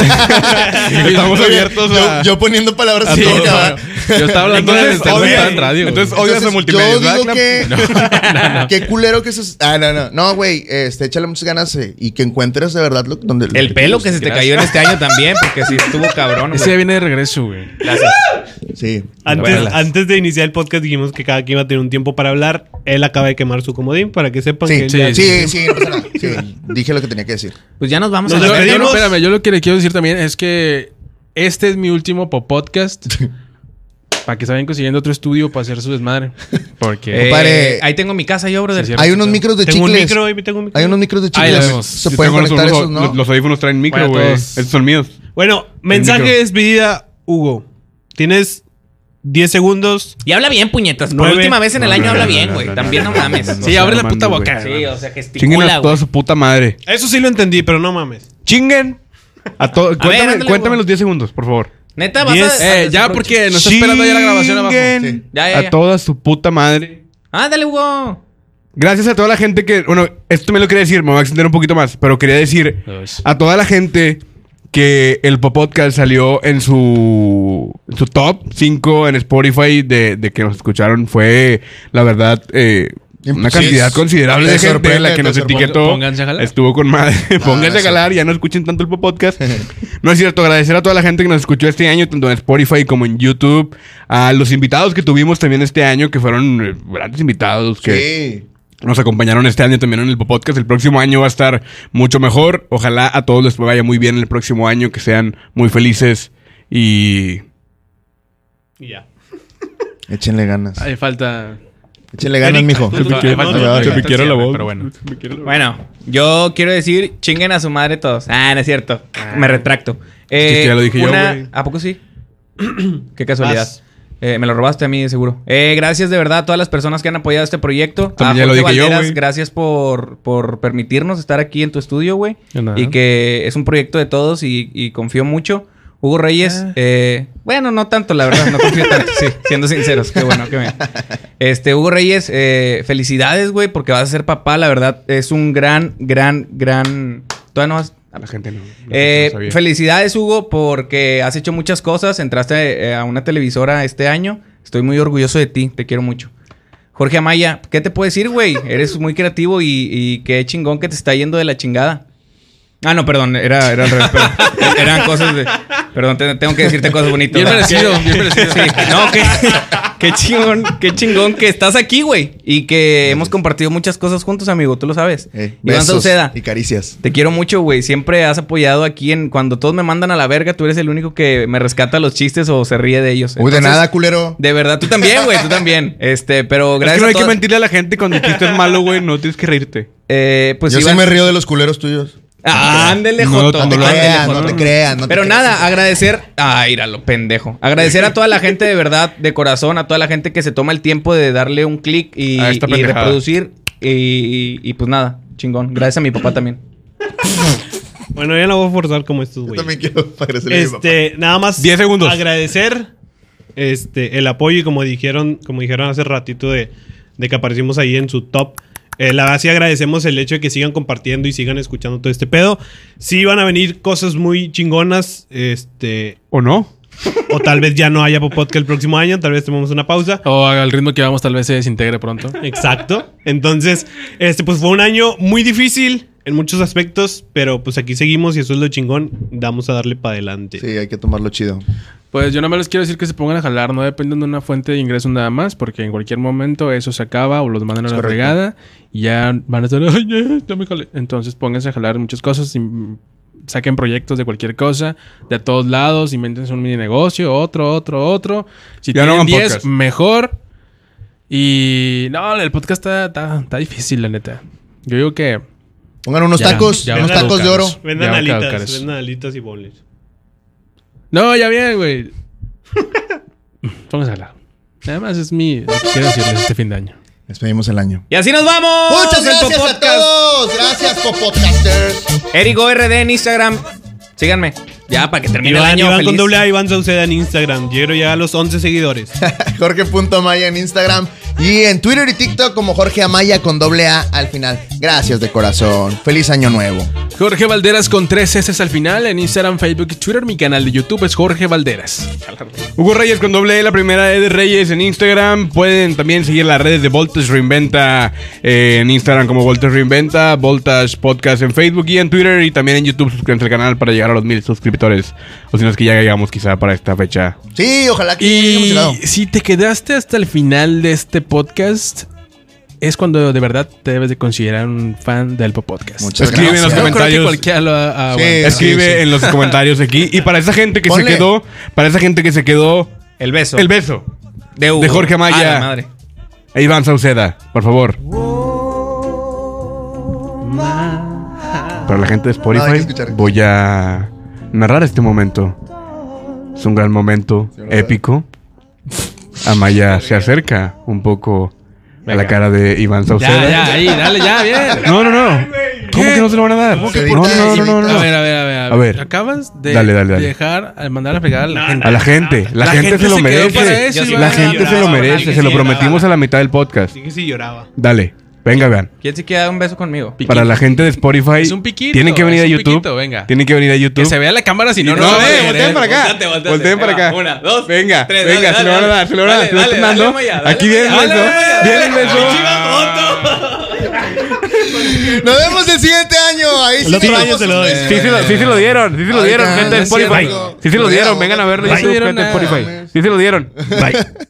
Speaker 4: Estamos
Speaker 1: Oye,
Speaker 4: abiertos
Speaker 1: yo,
Speaker 4: a-
Speaker 1: yo poniendo palabras así,
Speaker 3: Sí,
Speaker 1: cabrón.
Speaker 3: no, Yo estaba hablando de
Speaker 4: Entonces,
Speaker 3: estar
Speaker 4: odia-
Speaker 3: sentado en radio.
Speaker 4: entonces,
Speaker 3: güey.
Speaker 4: Odias a
Speaker 1: Entonces,
Speaker 4: multimedia,
Speaker 1: Yo digo
Speaker 4: ¿verdad,
Speaker 1: que. Qué culero que se. Ah, no, no. No, güey. Este, échale muchas ganas eh, y que encuentres de verdad lo, donde. lo
Speaker 2: El
Speaker 1: te
Speaker 2: pelo
Speaker 1: gusta.
Speaker 2: que se te cayó en este año también, porque sí estuvo cabrón.
Speaker 3: Ese ya
Speaker 2: güey.
Speaker 3: viene de regreso, güey.
Speaker 2: Gracias.
Speaker 1: Sí.
Speaker 5: Antes,
Speaker 2: Revelas.
Speaker 5: antes de iniciar el podcast dijimos que cada quien iba a tener un tiempo para hablar. Él acaba de quemar su comodín para que sepan
Speaker 1: Sí,
Speaker 5: que...
Speaker 1: sí,
Speaker 5: ya-
Speaker 1: sí, no pasa nada. Sí, dije lo que tenía que decir.
Speaker 2: Pues ya nos vamos
Speaker 5: Nos
Speaker 2: a
Speaker 3: Yo-
Speaker 2: la
Speaker 3: yo,
Speaker 5: despedimos.
Speaker 3: no, espérame, yo lo que le quiero decir también es que este es mi último po- podcast. para que se vayan consiguiendo otro estudio para hacer su desmadre. Porque.
Speaker 2: Eh,
Speaker 1: Compadre.
Speaker 2: ahí tengo mi casa yo, brother.
Speaker 3: Sí, cierto.
Speaker 1: Hay unos micros de
Speaker 5: Tengo un
Speaker 1: chicles.
Speaker 5: micro, baby, tengo un micro.
Speaker 1: Hay unos micros de
Speaker 3: Ahí
Speaker 1: chicles.
Speaker 3: lo vemos.
Speaker 1: Se
Speaker 4: Yo
Speaker 1: pueden
Speaker 4: tengo los
Speaker 1: conectar
Speaker 4: audífonos-
Speaker 1: esos, ¿no?
Speaker 4: los- Los audífonos traen micro,
Speaker 3: Bueno,
Speaker 4: güey.
Speaker 3: todos.
Speaker 4: Estos son míos.
Speaker 5: Bueno, mensaje
Speaker 3: micro.
Speaker 5: de despedida, Hugo. Tienes 10 segundos.
Speaker 2: Y habla bien, puñetas. Por
Speaker 5: Nueve.
Speaker 2: última vez en el
Speaker 4: No,
Speaker 2: año
Speaker 4: no,
Speaker 2: habla
Speaker 4: no,
Speaker 2: bien,
Speaker 4: no,
Speaker 2: güey.
Speaker 4: no,
Speaker 2: También no
Speaker 4: no,
Speaker 2: mames.
Speaker 4: no, no,
Speaker 3: sí,
Speaker 4: no,
Speaker 3: abre la
Speaker 4: no,
Speaker 3: puta
Speaker 4: mames,
Speaker 3: boca.
Speaker 2: Sí, o sea,
Speaker 4: Chinguen
Speaker 2: gesticula,
Speaker 4: a toda
Speaker 2: güey.
Speaker 4: su puta madre.
Speaker 5: Eso sí lo entendí, pero no mames.
Speaker 4: Chinguen. A todos. Cuéntame,
Speaker 2: ándale,
Speaker 4: cuéntame
Speaker 2: güey.
Speaker 4: los 10 segundos, por favor.
Speaker 2: Neta, vas
Speaker 5: Diez.
Speaker 2: a...
Speaker 3: Eh, ya, porque nos está esperando ya la grabación abajo.
Speaker 4: Chinguen
Speaker 2: Ya, ya, ya.
Speaker 4: A toda su puta madre.
Speaker 2: Ándale, Ah, Hugo.
Speaker 4: Gracias a toda la gente que. Bueno, esto me lo quería decir, me voy a extender un poquito más, pero quería decir a toda la gente que el podcast salió en su, en su top 5 en Spotify de, de que nos escucharon. Fue, la verdad, eh, una
Speaker 1: Sí,
Speaker 4: cantidad
Speaker 1: es-
Speaker 4: considerable
Speaker 1: te
Speaker 4: de gente
Speaker 1: sorprende,
Speaker 4: la que
Speaker 1: te
Speaker 4: nos
Speaker 1: sorprende. Ah,
Speaker 4: etiquetó.
Speaker 3: Pónganse a jalar.
Speaker 4: Estuvo con madre. Pónganse a
Speaker 1: sí.
Speaker 4: jalar, ya no escuchen tanto el podcast. No es cierto, agradecer a toda la gente que nos escuchó este año, tanto en Spotify como en YouTube, a los invitados que tuvimos también este año, que fueron eh, grandes invitados, que
Speaker 1: Sí.
Speaker 4: nos acompañaron este año también en el podcast. El próximo año va a estar mucho mejor. Ojalá a todos les vaya muy bien el próximo año, que sean muy felices y...
Speaker 5: Y ya.
Speaker 1: Échenle ganas.
Speaker 3: Ahí falta.
Speaker 1: Échenle ganas, mijo.
Speaker 3: ahí falta-
Speaker 1: no,
Speaker 3: ahí
Speaker 1: no,
Speaker 3: falta
Speaker 4: no, quiero la
Speaker 3: el cierre,
Speaker 4: voz.
Speaker 3: Pero bueno.
Speaker 2: Bueno, yo quiero decir, chinguen a su madre todos. Ah, no es cierto. Me retracto.
Speaker 4: que
Speaker 2: Eh,
Speaker 4: ya lo dije yo,
Speaker 2: una-
Speaker 4: güey.
Speaker 2: ¿A poco sí? Qué casualidad.
Speaker 5: Vas.
Speaker 2: Eh, me lo robaste a mí, seguro. Eh, gracias de verdad a todas las personas que han apoyado este proyecto.
Speaker 4: También
Speaker 2: A
Speaker 4: ya lo
Speaker 2: Jorge
Speaker 4: dije yo,
Speaker 2: Valderas,
Speaker 4: güey.
Speaker 2: Gracias por, por permitirnos estar aquí en tu estudio, güey.
Speaker 3: De nada.
Speaker 2: Y que es un proyecto de todos y, y confío mucho. Hugo Reyes,
Speaker 4: Ah.
Speaker 2: eh, bueno, no tanto, la verdad, no confío tanto, sí, siendo sinceros, qué bueno que me... Este, Hugo Reyes, eh, felicidades, güey, porque vas a ser papá, la verdad, es un gran, gran, gran... Todavía no vas...
Speaker 4: La gente no. la gente
Speaker 2: Eh,
Speaker 4: no sabía.
Speaker 2: felicidades, Hugo, porque has hecho muchas cosas. Entraste eh, a una televisora este año. Estoy muy orgulloso de ti. Te quiero mucho. Jorge Amaya, ¿qué te puedo decir, güey? Eres muy creativo y, y qué chingón que te está yendo de la chingada. Ah, no, perdón. Era, era al revés, perdón. Eran cosas de... Perdón, te- tengo que decirte cosas bonitas.
Speaker 3: Bien
Speaker 2: ¿verdad?
Speaker 3: merecido, bien merecido.
Speaker 2: Sí, no, qué, qué chingón, qué chingón que estás aquí, güey. Y que hemos compartido muchas cosas juntos, amigo, tú lo sabes.
Speaker 1: Eh,
Speaker 2: Iván
Speaker 1: besos
Speaker 2: Sauceda,
Speaker 1: y caricias.
Speaker 2: te quiero mucho, güey. Siempre has apoyado aquí en cuando todos me mandan a la verga, tú eres el único que me rescata los chistes o se ríe de ellos.
Speaker 1: Uy, de
Speaker 2: Entonces,
Speaker 1: nada, culero.
Speaker 2: De verdad, tú también, güey, tú también. Este, pero
Speaker 4: Es
Speaker 2: gracias.
Speaker 4: que no
Speaker 2: a
Speaker 4: hay que
Speaker 2: todas-
Speaker 4: mentirle a la gente cuando el chiste es malo, güey. No tienes que reírte.
Speaker 2: Eh, pues
Speaker 1: Yo sí
Speaker 2: Iván-
Speaker 1: me río de los culeros tuyos.
Speaker 2: Ah, ándele,
Speaker 4: No,
Speaker 2: Joto.
Speaker 4: no
Speaker 1: No te
Speaker 2: ándele,
Speaker 1: creas,
Speaker 2: Joto.
Speaker 1: no te creas. no te
Speaker 2: Pero
Speaker 1: creas.
Speaker 2: nada, agradecer. Ay, a lo pendejo. Agradecer a toda la gente de verdad, de corazón, a toda la gente que se toma el tiempo de darle un clic y,
Speaker 4: A esta
Speaker 2: y
Speaker 4: pendejada.
Speaker 2: reproducir. Y, y pues nada, chingón. Gracias a mi papá también.
Speaker 5: Bueno, ya no voy a forzar como
Speaker 1: Yo
Speaker 5: estos, güey.
Speaker 1: también quiero parecerle a mi papá.
Speaker 5: Este, nada más.
Speaker 4: 10 segundos.
Speaker 5: Agradecer este, el apoyo y como dijeron, como dijeron hace ratito de, de que aparecimos ahí en su top. eh, la verdad sí agradecemos el hecho de que sigan compartiendo y sigan escuchando todo este pedo. Sí van a venir cosas muy chingonas. Este,
Speaker 4: ¿O no?
Speaker 5: o tal vez ya no haya podcast el próximo año. Tal vez tomemos una pausa.
Speaker 3: O al ritmo que vamos, tal vez se desintegre pronto.
Speaker 5: Exacto. Entonces, este, pues fue un año muy difícil en muchos aspectos. Pero pues aquí seguimos y eso es lo chingón. Vamos a darle para adelante.
Speaker 1: Sí, hay que tomarlo chido.
Speaker 3: Pues yo nada más les quiero decir que se pongan a jalar, no dependen de una fuente de ingreso nada más, porque en cualquier momento eso se acaba o los mandan a
Speaker 1: Es
Speaker 3: la
Speaker 1: correcto.
Speaker 3: regada y ya van a estar, ay, ya, ya me jalé". Entonces pónganse a jalar muchas cosas y mm, saquen proyectos de cualquier cosa, de a todos lados, invéntense un mini negocio, otro, otro, otro. Si
Speaker 4: Ya no
Speaker 3: tienen
Speaker 4: hagan
Speaker 3: 10,
Speaker 4: podcast.
Speaker 3: mejor. Y no, el podcast está, está- está difícil, la neta. Yo digo que
Speaker 1: Pongan unos
Speaker 3: Ya,
Speaker 1: tacos,
Speaker 3: ya
Speaker 1: unos
Speaker 5: vamos a
Speaker 1: tacos de oro.
Speaker 3: buscarlos.
Speaker 5: Vendan
Speaker 3: Ya va a caducar
Speaker 5: alitas,
Speaker 3: eso.
Speaker 5: vendan alitas y boles.
Speaker 3: No, ya bien, güey. Vamos a hablar. Nada más es mi. lo que Quiero decirles este fin de año.
Speaker 1: Despedimos el año.
Speaker 2: Y así nos vamos.
Speaker 1: Muchas
Speaker 2: El
Speaker 1: gracias a
Speaker 2: Popodcast.
Speaker 1: todos. Gracias, Popodcasters.
Speaker 2: Erigo RD en Instagram. Síganme. Ya, para que termine
Speaker 5: Iván,
Speaker 2: el año
Speaker 5: Iván
Speaker 2: feliz.
Speaker 5: con doble A, Iván Sauceda en Instagram. Quiero ya a los 11 seguidores.
Speaker 1: Jorge.amaya en Instagram y en Twitter y TikTok como Jorge Amaya con doble A al final. Gracias de corazón. Feliz año nuevo.
Speaker 3: Jorge Valderas con tres S al final. En Instagram, Facebook y Twitter. Mi canal de YouTube es Jorge Valderas.
Speaker 4: Hugo Reyes con doble E, la primera E de Reyes en Instagram. Pueden también seguir las redes de Voltage Reinventa eh, en Instagram como Voltage Reinventa, Voltage Podcast en Facebook y en Twitter y también en YouTube. Suscríbanse al canal para llegar a los mil suscriptores. O si no es que ya llegamos quizá para esta fecha.
Speaker 1: Sí, ojalá que hayamos
Speaker 3: Y
Speaker 1: llegado.
Speaker 3: si te quedaste hasta el final de este podcast, es cuando de verdad te debes de considerar un fan del podcast.
Speaker 1: Muchas
Speaker 4: Escriben
Speaker 1: gracias.
Speaker 4: los
Speaker 3: Yo creo que
Speaker 4: comentarios.
Speaker 3: cualquiera lo ha-
Speaker 1: Sí,
Speaker 3: aguanta.
Speaker 4: Escribe en los comentarios aquí. Y para esa gente que
Speaker 1: Ponle.
Speaker 4: se quedó, para esa gente que se quedó,
Speaker 2: El beso.
Speaker 4: el beso.
Speaker 2: de, Hugo.
Speaker 4: de Jorge
Speaker 2: A
Speaker 4: Amaya.
Speaker 2: la madre.
Speaker 4: E Iván Sauceda, por favor. Para la gente de
Speaker 1: No, hay que
Speaker 4: Spotify,
Speaker 1: escuchar.
Speaker 4: voy a narrar este momento. Es un gran momento épico. Amaya se acerca un poco a la cara de Iván
Speaker 3: Ya,
Speaker 4: Sauceda.
Speaker 3: ya, ahí, dale, ya, bien.
Speaker 4: No, no, no. ¿Cómo que no se lo van a dar?
Speaker 1: que
Speaker 4: No,
Speaker 1: por qué?
Speaker 4: no, no, no, no,
Speaker 3: A ver,
Speaker 4: no.
Speaker 3: a ver, a ver.
Speaker 4: A ver.
Speaker 3: Acabas de
Speaker 4: Dale, dale, dale.
Speaker 3: dejar, al mandar a pegar a la gente.
Speaker 4: A la gente, la, gente, se lo
Speaker 3: quedó para
Speaker 4: merece.
Speaker 3: eso,
Speaker 2: Yo sí
Speaker 3: Iván.
Speaker 4: la
Speaker 2: lloraba,
Speaker 4: gente se lo
Speaker 2: lloraba,
Speaker 4: merece,
Speaker 2: alguien
Speaker 4: se lo
Speaker 2: sí lloraba.
Speaker 4: prometimos a la mitad del podcast.
Speaker 5: Dije si lloraba.
Speaker 4: Dale, venga, vean.
Speaker 2: ¿Quién se quiere dar un beso conmigo?
Speaker 3: Piquito.
Speaker 4: Para la gente de Spotify,
Speaker 3: Es un piquito,
Speaker 4: tienen que venir
Speaker 3: es
Speaker 4: a
Speaker 3: un
Speaker 4: YouTube.
Speaker 3: piquito, venga.
Speaker 4: Tienen que venir a YouTube.
Speaker 3: Que se vea la cámara si no,
Speaker 4: No,
Speaker 3: no,
Speaker 4: no,
Speaker 3: se va a
Speaker 4: eh, volteen
Speaker 3: querer.
Speaker 4: para acá.
Speaker 2: Volteate, volteate.
Speaker 4: Volteen para
Speaker 2: Ahí va,
Speaker 4: acá.
Speaker 2: Una, dos.
Speaker 4: Venga,
Speaker 2: tres,
Speaker 4: venga,
Speaker 2: dale,
Speaker 4: se lo van a
Speaker 2: dale,
Speaker 4: dar, se lo van a dar. Se lo
Speaker 2: dale,
Speaker 4: están
Speaker 2: dale,
Speaker 4: dando.
Speaker 2: dale, Maya, dale,
Speaker 4: Aquí viene el
Speaker 2: dale,
Speaker 4: beso.
Speaker 2: dale, dale,
Speaker 4: Viene el
Speaker 2: dale.
Speaker 4: beso.
Speaker 1: Nos vemos el siguiente año. Ahí sí
Speaker 5: otro
Speaker 1: nos
Speaker 5: año
Speaker 1: vemos
Speaker 5: se lo doy.
Speaker 1: un-
Speaker 4: Sí, sí, lo- sí se lo dieron, sí se lo
Speaker 1: Ahí
Speaker 4: dieron,
Speaker 1: está,
Speaker 4: gente de
Speaker 1: no es
Speaker 4: Spotify.
Speaker 1: cierto.
Speaker 4: Sí se lo dieron, vengan a verlo.
Speaker 1: Bye.
Speaker 4: YouTube, gente de Spotify. Sí se lo dieron. Bye.